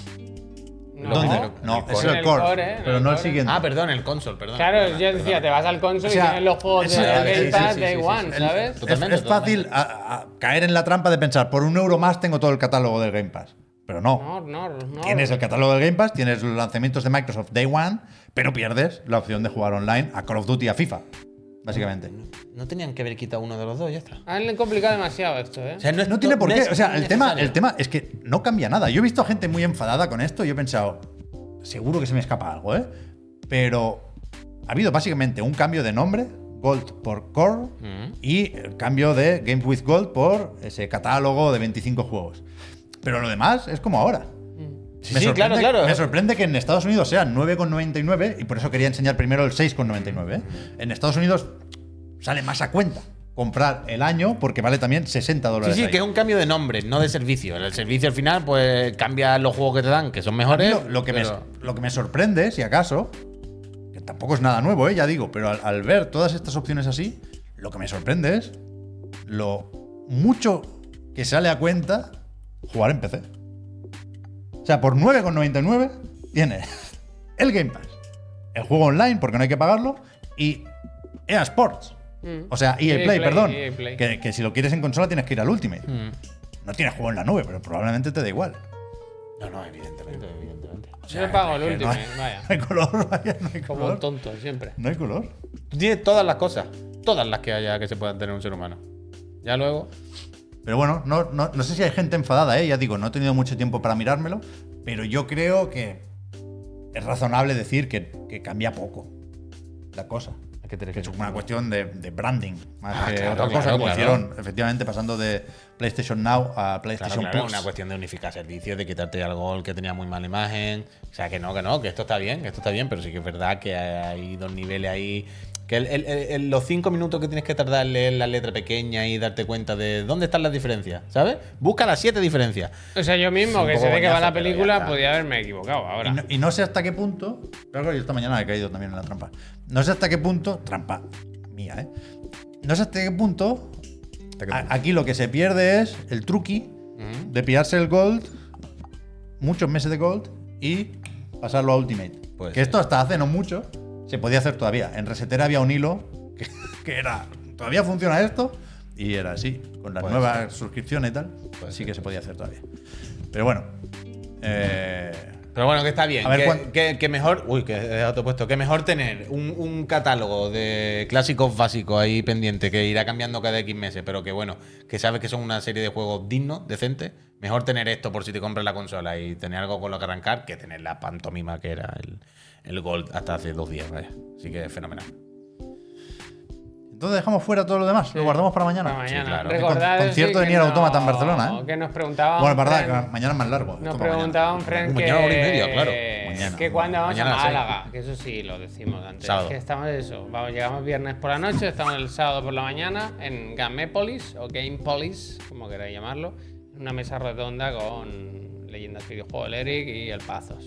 Speaker 1: No.
Speaker 2: ¿Dónde?
Speaker 3: No,
Speaker 2: No,
Speaker 3: el
Speaker 2: es
Speaker 1: core.
Speaker 2: el core,
Speaker 1: El core, ¿eh?
Speaker 2: pero
Speaker 1: El
Speaker 2: no el
Speaker 1: core.
Speaker 2: siguiente.
Speaker 3: Ah, perdón, el console, perdón.
Speaker 1: Claro,
Speaker 3: Perdona,
Speaker 1: yo
Speaker 3: perdona.
Speaker 1: decía, te vas al console
Speaker 2: O sea,
Speaker 1: y tienes los juegos
Speaker 2: es-
Speaker 1: de
Speaker 2: sí, sí,
Speaker 1: Game
Speaker 2: sí,
Speaker 1: Pass,
Speaker 3: sí,
Speaker 1: Day
Speaker 3: sí, sí,
Speaker 1: One,
Speaker 3: sí.
Speaker 1: ¿sabes?
Speaker 2: Es,
Speaker 3: Totalmente,
Speaker 2: es fácil a- a- a caer en la trampa de pensar, por un euro más tengo todo el catálogo del Game Pass. Pero no.
Speaker 1: No, no, no.
Speaker 2: Tienes el catálogo del Game Pass, tienes los lanzamientos de Microsoft Day One, pero pierdes la opción de jugar online a Call of Duty y a FIFA, básicamente.
Speaker 3: No tenían que haber quitado uno de los dos, ya está.
Speaker 1: Han complicado demasiado esto, ¿eh?
Speaker 3: O sea, no, es-
Speaker 2: No tiene por
Speaker 3: no
Speaker 2: qué.
Speaker 3: es
Speaker 2: O sea, el tema,
Speaker 3: necesario.
Speaker 2: el tema es que no cambia nada. Yo he visto gente muy enfadada con esto y he pensado, seguro que se me escapa algo, ¿eh? Pero ha habido básicamente un cambio de nombre, Gold por Core,
Speaker 3: Mm.
Speaker 2: y el cambio de Games with Gold por ese catálogo de 25 juegos. Pero lo demás es como ahora.
Speaker 3: Mm. Sí, sí, claro,
Speaker 2: sorprende-
Speaker 3: claro.
Speaker 2: Me sorprende que en Estados Unidos sean 9,99 y por eso quería enseñar primero el 6,99. ¿eh?
Speaker 3: Mm.
Speaker 2: En Estados Unidos sale más a cuenta comprar el año porque vale también 60
Speaker 3: Sí,
Speaker 2: dólares.
Speaker 3: sí,
Speaker 2: ahí.
Speaker 3: que es un cambio de nombre, no de servicio. El servicio al final, pues cambia los juegos que te dan, que son mejores.
Speaker 2: lo, lo que me,
Speaker 3: pero-
Speaker 2: lo que me sorprende, si acaso, que tampoco es nada nuevo, ¿eh? ya digo, pero al, al ver todas estas opciones así, lo que me sorprende es lo mucho que sale a cuenta jugar en PC. O sea, por 9,99 tienes el Game Pass, el juego online, porque no hay que pagarlo, y EA Sports.
Speaker 1: Mm.
Speaker 2: O sea, EA,
Speaker 1: EA
Speaker 2: Play,
Speaker 1: Play,
Speaker 2: perdón.
Speaker 1: EA Play.
Speaker 2: Que, que si lo quieres en consola tienes que ir al Ultimate. No tienes juego en la nube, pero probablemente te da igual.
Speaker 3: No, no, evidentemente, evidentemente.
Speaker 1: Yo le pago el
Speaker 2: que no
Speaker 1: último,
Speaker 2: hay-
Speaker 1: vaya.
Speaker 2: No hay color, vaya, no hay
Speaker 1: Como
Speaker 2: color.
Speaker 1: un tonto, siempre.
Speaker 2: No hay color.
Speaker 3: Tú tienes todas las cosas, todas las que haya que se puedan tener un ser humano. Ya luego.
Speaker 2: Pero bueno, no, no, no sé si hay gente enfadada, ¿eh? ya digo, no he tenido mucho tiempo para mirármelo, pero yo creo que es razonable decir que, que cambia poco la cosa.
Speaker 3: ¿A qué te
Speaker 2: Que es
Speaker 3: refieres?
Speaker 2: una cuestión de, de branding, más
Speaker 3: Ah,
Speaker 2: que
Speaker 3: claro,
Speaker 2: otra cosa,
Speaker 3: claro,
Speaker 2: como
Speaker 3: claro.
Speaker 2: hicieron efectivamente pasando de PlayStation Now a
Speaker 3: Claro,
Speaker 2: PlayStation
Speaker 3: claro,
Speaker 2: Plus.
Speaker 3: una cuestión de unificar servicios, de quitarte el gol que tenía muy mala imagen. O sea, que no, que no, que esto está bien, que esto está bien, pero sí que es verdad que hay dos niveles ahí. Que el- el- el- el- los cinco minutos que tienes que tardar en leer la letra pequeña y darte cuenta de dónde están las diferencias, ¿sabes? Busca las siete diferencias.
Speaker 1: O sea, yo mismo,
Speaker 3: un
Speaker 1: que
Speaker 3: poco
Speaker 1: sé de qué va
Speaker 3: coñazo,
Speaker 1: la
Speaker 3: pero ya
Speaker 1: película,
Speaker 3: está.
Speaker 1: podía haberme equivocado ahora.
Speaker 2: Y no, y no sé hasta qué punto. Claro, claro, yo esta mañana he caído también en la trampa. No sé hasta qué punto. Trampa mía, ¿eh? No sé hasta qué punto. a- aquí lo que se pierde es el truqui de pillarse el gold, muchos meses de gold, y pasarlo a Ultimate.
Speaker 3: Puede
Speaker 2: que
Speaker 3: ser.
Speaker 2: esto hasta hace no mucho se podía hacer todavía. En Resetera había un hilo que, que era. Todavía funciona esto. Y era así, con las
Speaker 3: Puede
Speaker 2: nuevas suscripciones y tal.
Speaker 3: Puede
Speaker 2: sí
Speaker 3: ser,
Speaker 2: que se podía hacer todavía. Pero bueno. Eh,
Speaker 3: Pero bueno, que está bien.
Speaker 2: A ver,
Speaker 3: que,
Speaker 2: ¿cuán-
Speaker 3: que- que mejor. Uy, que he dejado todo puesto. Que mejor tener un, un catálogo de clásicos básicos ahí pendiente que irá cambiando cada X meses, pero que bueno, que sabes que son una serie de juegos dignos, decentes. Mejor tener esto por si te compras la consola y tener algo con lo que arrancar que tener la pantomima que era el, el Gold hasta hace dos días, vaya. Así que es fenomenal.
Speaker 2: Entonces dejamos fuera todo lo demás, lo guardamos para mañana.
Speaker 1: Para mañana.
Speaker 3: Sí, claro.
Speaker 1: Recordad
Speaker 2: Con- concierto
Speaker 1: sí,
Speaker 2: de
Speaker 1: que
Speaker 2: Nier
Speaker 1: no-
Speaker 2: Automata en Barcelona, ¿eh?
Speaker 1: Que nos preguntaba.
Speaker 2: Bueno,
Speaker 1: un
Speaker 2: es verdad,
Speaker 1: friend-
Speaker 2: que mañana es más largo.
Speaker 1: Nos
Speaker 2: Esto para
Speaker 1: preguntaba un
Speaker 2: mañana.
Speaker 1: friend que.
Speaker 3: Mañana, hora y media, claro.
Speaker 2: Mañana.
Speaker 1: que cuando vamos
Speaker 3: Mañana,
Speaker 1: a
Speaker 3: sí.
Speaker 1: Málaga, que eso sí lo decimos antes.
Speaker 3: Sábado.
Speaker 1: Que estamos eso. Vamos, llegamos viernes por la noche, estamos el sábado por la mañana en Gamepolis o Gamepolis, como queráis llamarlo. Una mesa redonda con leyendas videojuegos, el Eric y el Pazos.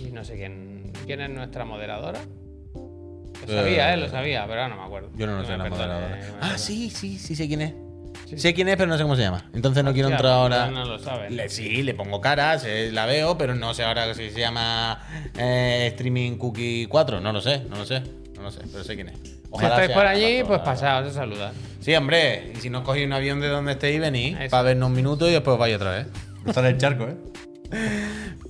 Speaker 1: Y no sé quién. ¿Quién es nuestra moderadora? Lo
Speaker 3: Eh,
Speaker 1: sabía, eh, lo sabía, pero ahora no me acuerdo.
Speaker 3: Yo no lo
Speaker 1: Que
Speaker 3: sé
Speaker 1: me
Speaker 3: la
Speaker 1: perdone,
Speaker 3: moderadora.
Speaker 1: me
Speaker 3: Ah,
Speaker 1: perdone.
Speaker 3: sí, sí, sí sé quién es.
Speaker 1: Sí. Ah,
Speaker 3: Sé quién es, pero no sé cómo se llama. Entonces no quiero
Speaker 1: Ya,
Speaker 3: entrar ahora.
Speaker 1: No lo sabes.
Speaker 3: Le- sí, le pongo caras, eh, la veo, pero no sé ahora si se llama eh, Streaming Cookie 4. No lo sé, no lo sé, no lo sé, pero sé quién es.
Speaker 1: Si estáis
Speaker 3: sea
Speaker 1: por allí,
Speaker 3: Amazon,
Speaker 1: pues
Speaker 3: la-
Speaker 1: pasaos a saludar.
Speaker 3: Sí, hombre, y si no cogéis un avión de donde estéis, venís
Speaker 1: Eso.
Speaker 3: para vernos un minuto y después vais otra vez.
Speaker 2: Cruzar el charco, ¿eh?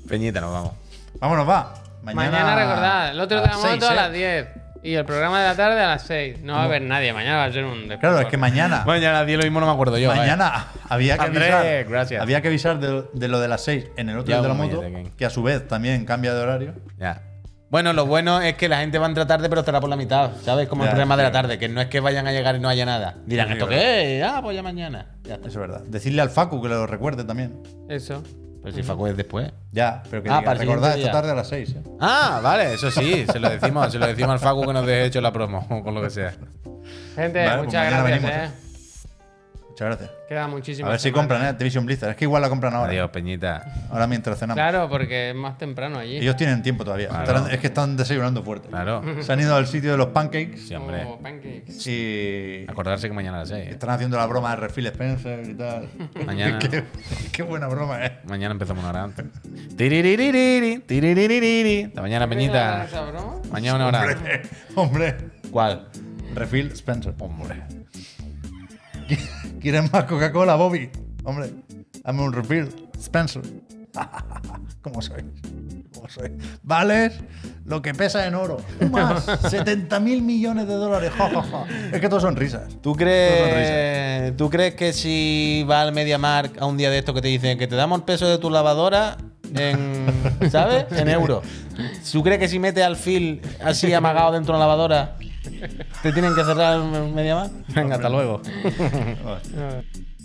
Speaker 3: Peñita, nos vamos.
Speaker 2: Vámonos, va.
Speaker 1: Mañana,
Speaker 2: Mañana,
Speaker 1: recordad, el otro de
Speaker 2: a
Speaker 1: la
Speaker 2: las
Speaker 1: moto
Speaker 2: seis,
Speaker 1: a
Speaker 2: ¿eh?
Speaker 1: las 10 y el programa de la tarde a las 6. No va a haber nadie, mañana va a ser un descanso.
Speaker 2: Claro, es que mañana.
Speaker 3: Mañana a las 10 lo mismo no me acuerdo yo. vaya.
Speaker 2: Mañana había que
Speaker 3: Andrés,
Speaker 2: avisar,
Speaker 3: gracias.
Speaker 2: había que avisar de, de lo de las 6 en el otro
Speaker 3: Ya
Speaker 2: día de la
Speaker 3: vamos,
Speaker 2: moto,
Speaker 3: ya te quedan.
Speaker 2: que a su vez también cambia de horario.
Speaker 3: Ya. Bueno, lo bueno es que la gente va a entrar tarde, pero estará por la mitad, ¿sabes? Como
Speaker 2: Ya,
Speaker 3: el programa de la
Speaker 2: claro.
Speaker 3: tarde, que no es que vayan a llegar y no haya nada. Dirán,
Speaker 2: Sí,
Speaker 3: ¿esto
Speaker 2: claro.
Speaker 3: qué es? Ah, pues ya mañana. Ya está.
Speaker 2: Eso es verdad. Decirle al Facu que lo recuerde también.
Speaker 1: Eso.
Speaker 3: Pero si Facu es después.
Speaker 2: Ya, pero que
Speaker 3: Ah,
Speaker 2: diga,
Speaker 3: para el siguiente
Speaker 2: recordad esta
Speaker 3: día.
Speaker 2: tarde a las 6. ¿eh?
Speaker 3: Ah, vale, eso sí, se lo decimos, se lo decimos al Facu que nos deje hecho la promo, o con lo que sea.
Speaker 1: Gente,
Speaker 2: Vale, pues
Speaker 1: muchas
Speaker 2: mañana
Speaker 1: gracias,
Speaker 2: venimos,
Speaker 1: eh.
Speaker 2: Muchas gracias.
Speaker 1: Queda muchísimo. este
Speaker 2: A ver si compran, ¿eh? Activision Blizzard. Es que igual la compran ahora.
Speaker 3: Adiós, Peñita.
Speaker 2: Ahora mientras cenamos.
Speaker 1: Claro, porque es más temprano allí.
Speaker 2: Ellos tienen tiempo todavía.
Speaker 3: Claro.
Speaker 2: Estarán- es que están desayunando fuerte.
Speaker 3: Claro.
Speaker 2: Se han ido al sitio de los pancakes
Speaker 3: Sí, hombre.
Speaker 1: Como pancakes.
Speaker 2: y
Speaker 3: Acordarse que mañana a las ¿eh? 6.
Speaker 2: están haciendo la broma de Refil Spencer y tal.
Speaker 3: Mañana.
Speaker 2: qué, qué buena broma, eh.
Speaker 3: Mañana empezamos una hora antes. Tiriririri, tiriririri. Hasta mañana, Peñita.
Speaker 1: ¿Esa broma?
Speaker 3: Mañana una hora.
Speaker 2: Hombre, hombre.
Speaker 3: ¿Cuál?
Speaker 2: Refil Spencer. Hombre. ¿Quieres más Coca-Cola, Bobby? Hombre, dame un refill. Spencer. ¿Cómo soy? ¿Cómo soy? Vales lo que pesa en oro. Más 70 mil millones de dólares. Ja, ja, ja. Es que todo son risas. Todo
Speaker 3: ¿Tú
Speaker 2: son
Speaker 3: crees, ¿Tú crees que si va al MediaMark a un día de esto que te dicen que te damos el peso de tu lavadora en, ¿sabes? En euros. ¿Tú crees que si metes al fil así amagado dentro de la lavadora te tienen que cerrar el MediaMark? Venga, hasta luego.
Speaker 2: risas.
Speaker 1: A ver.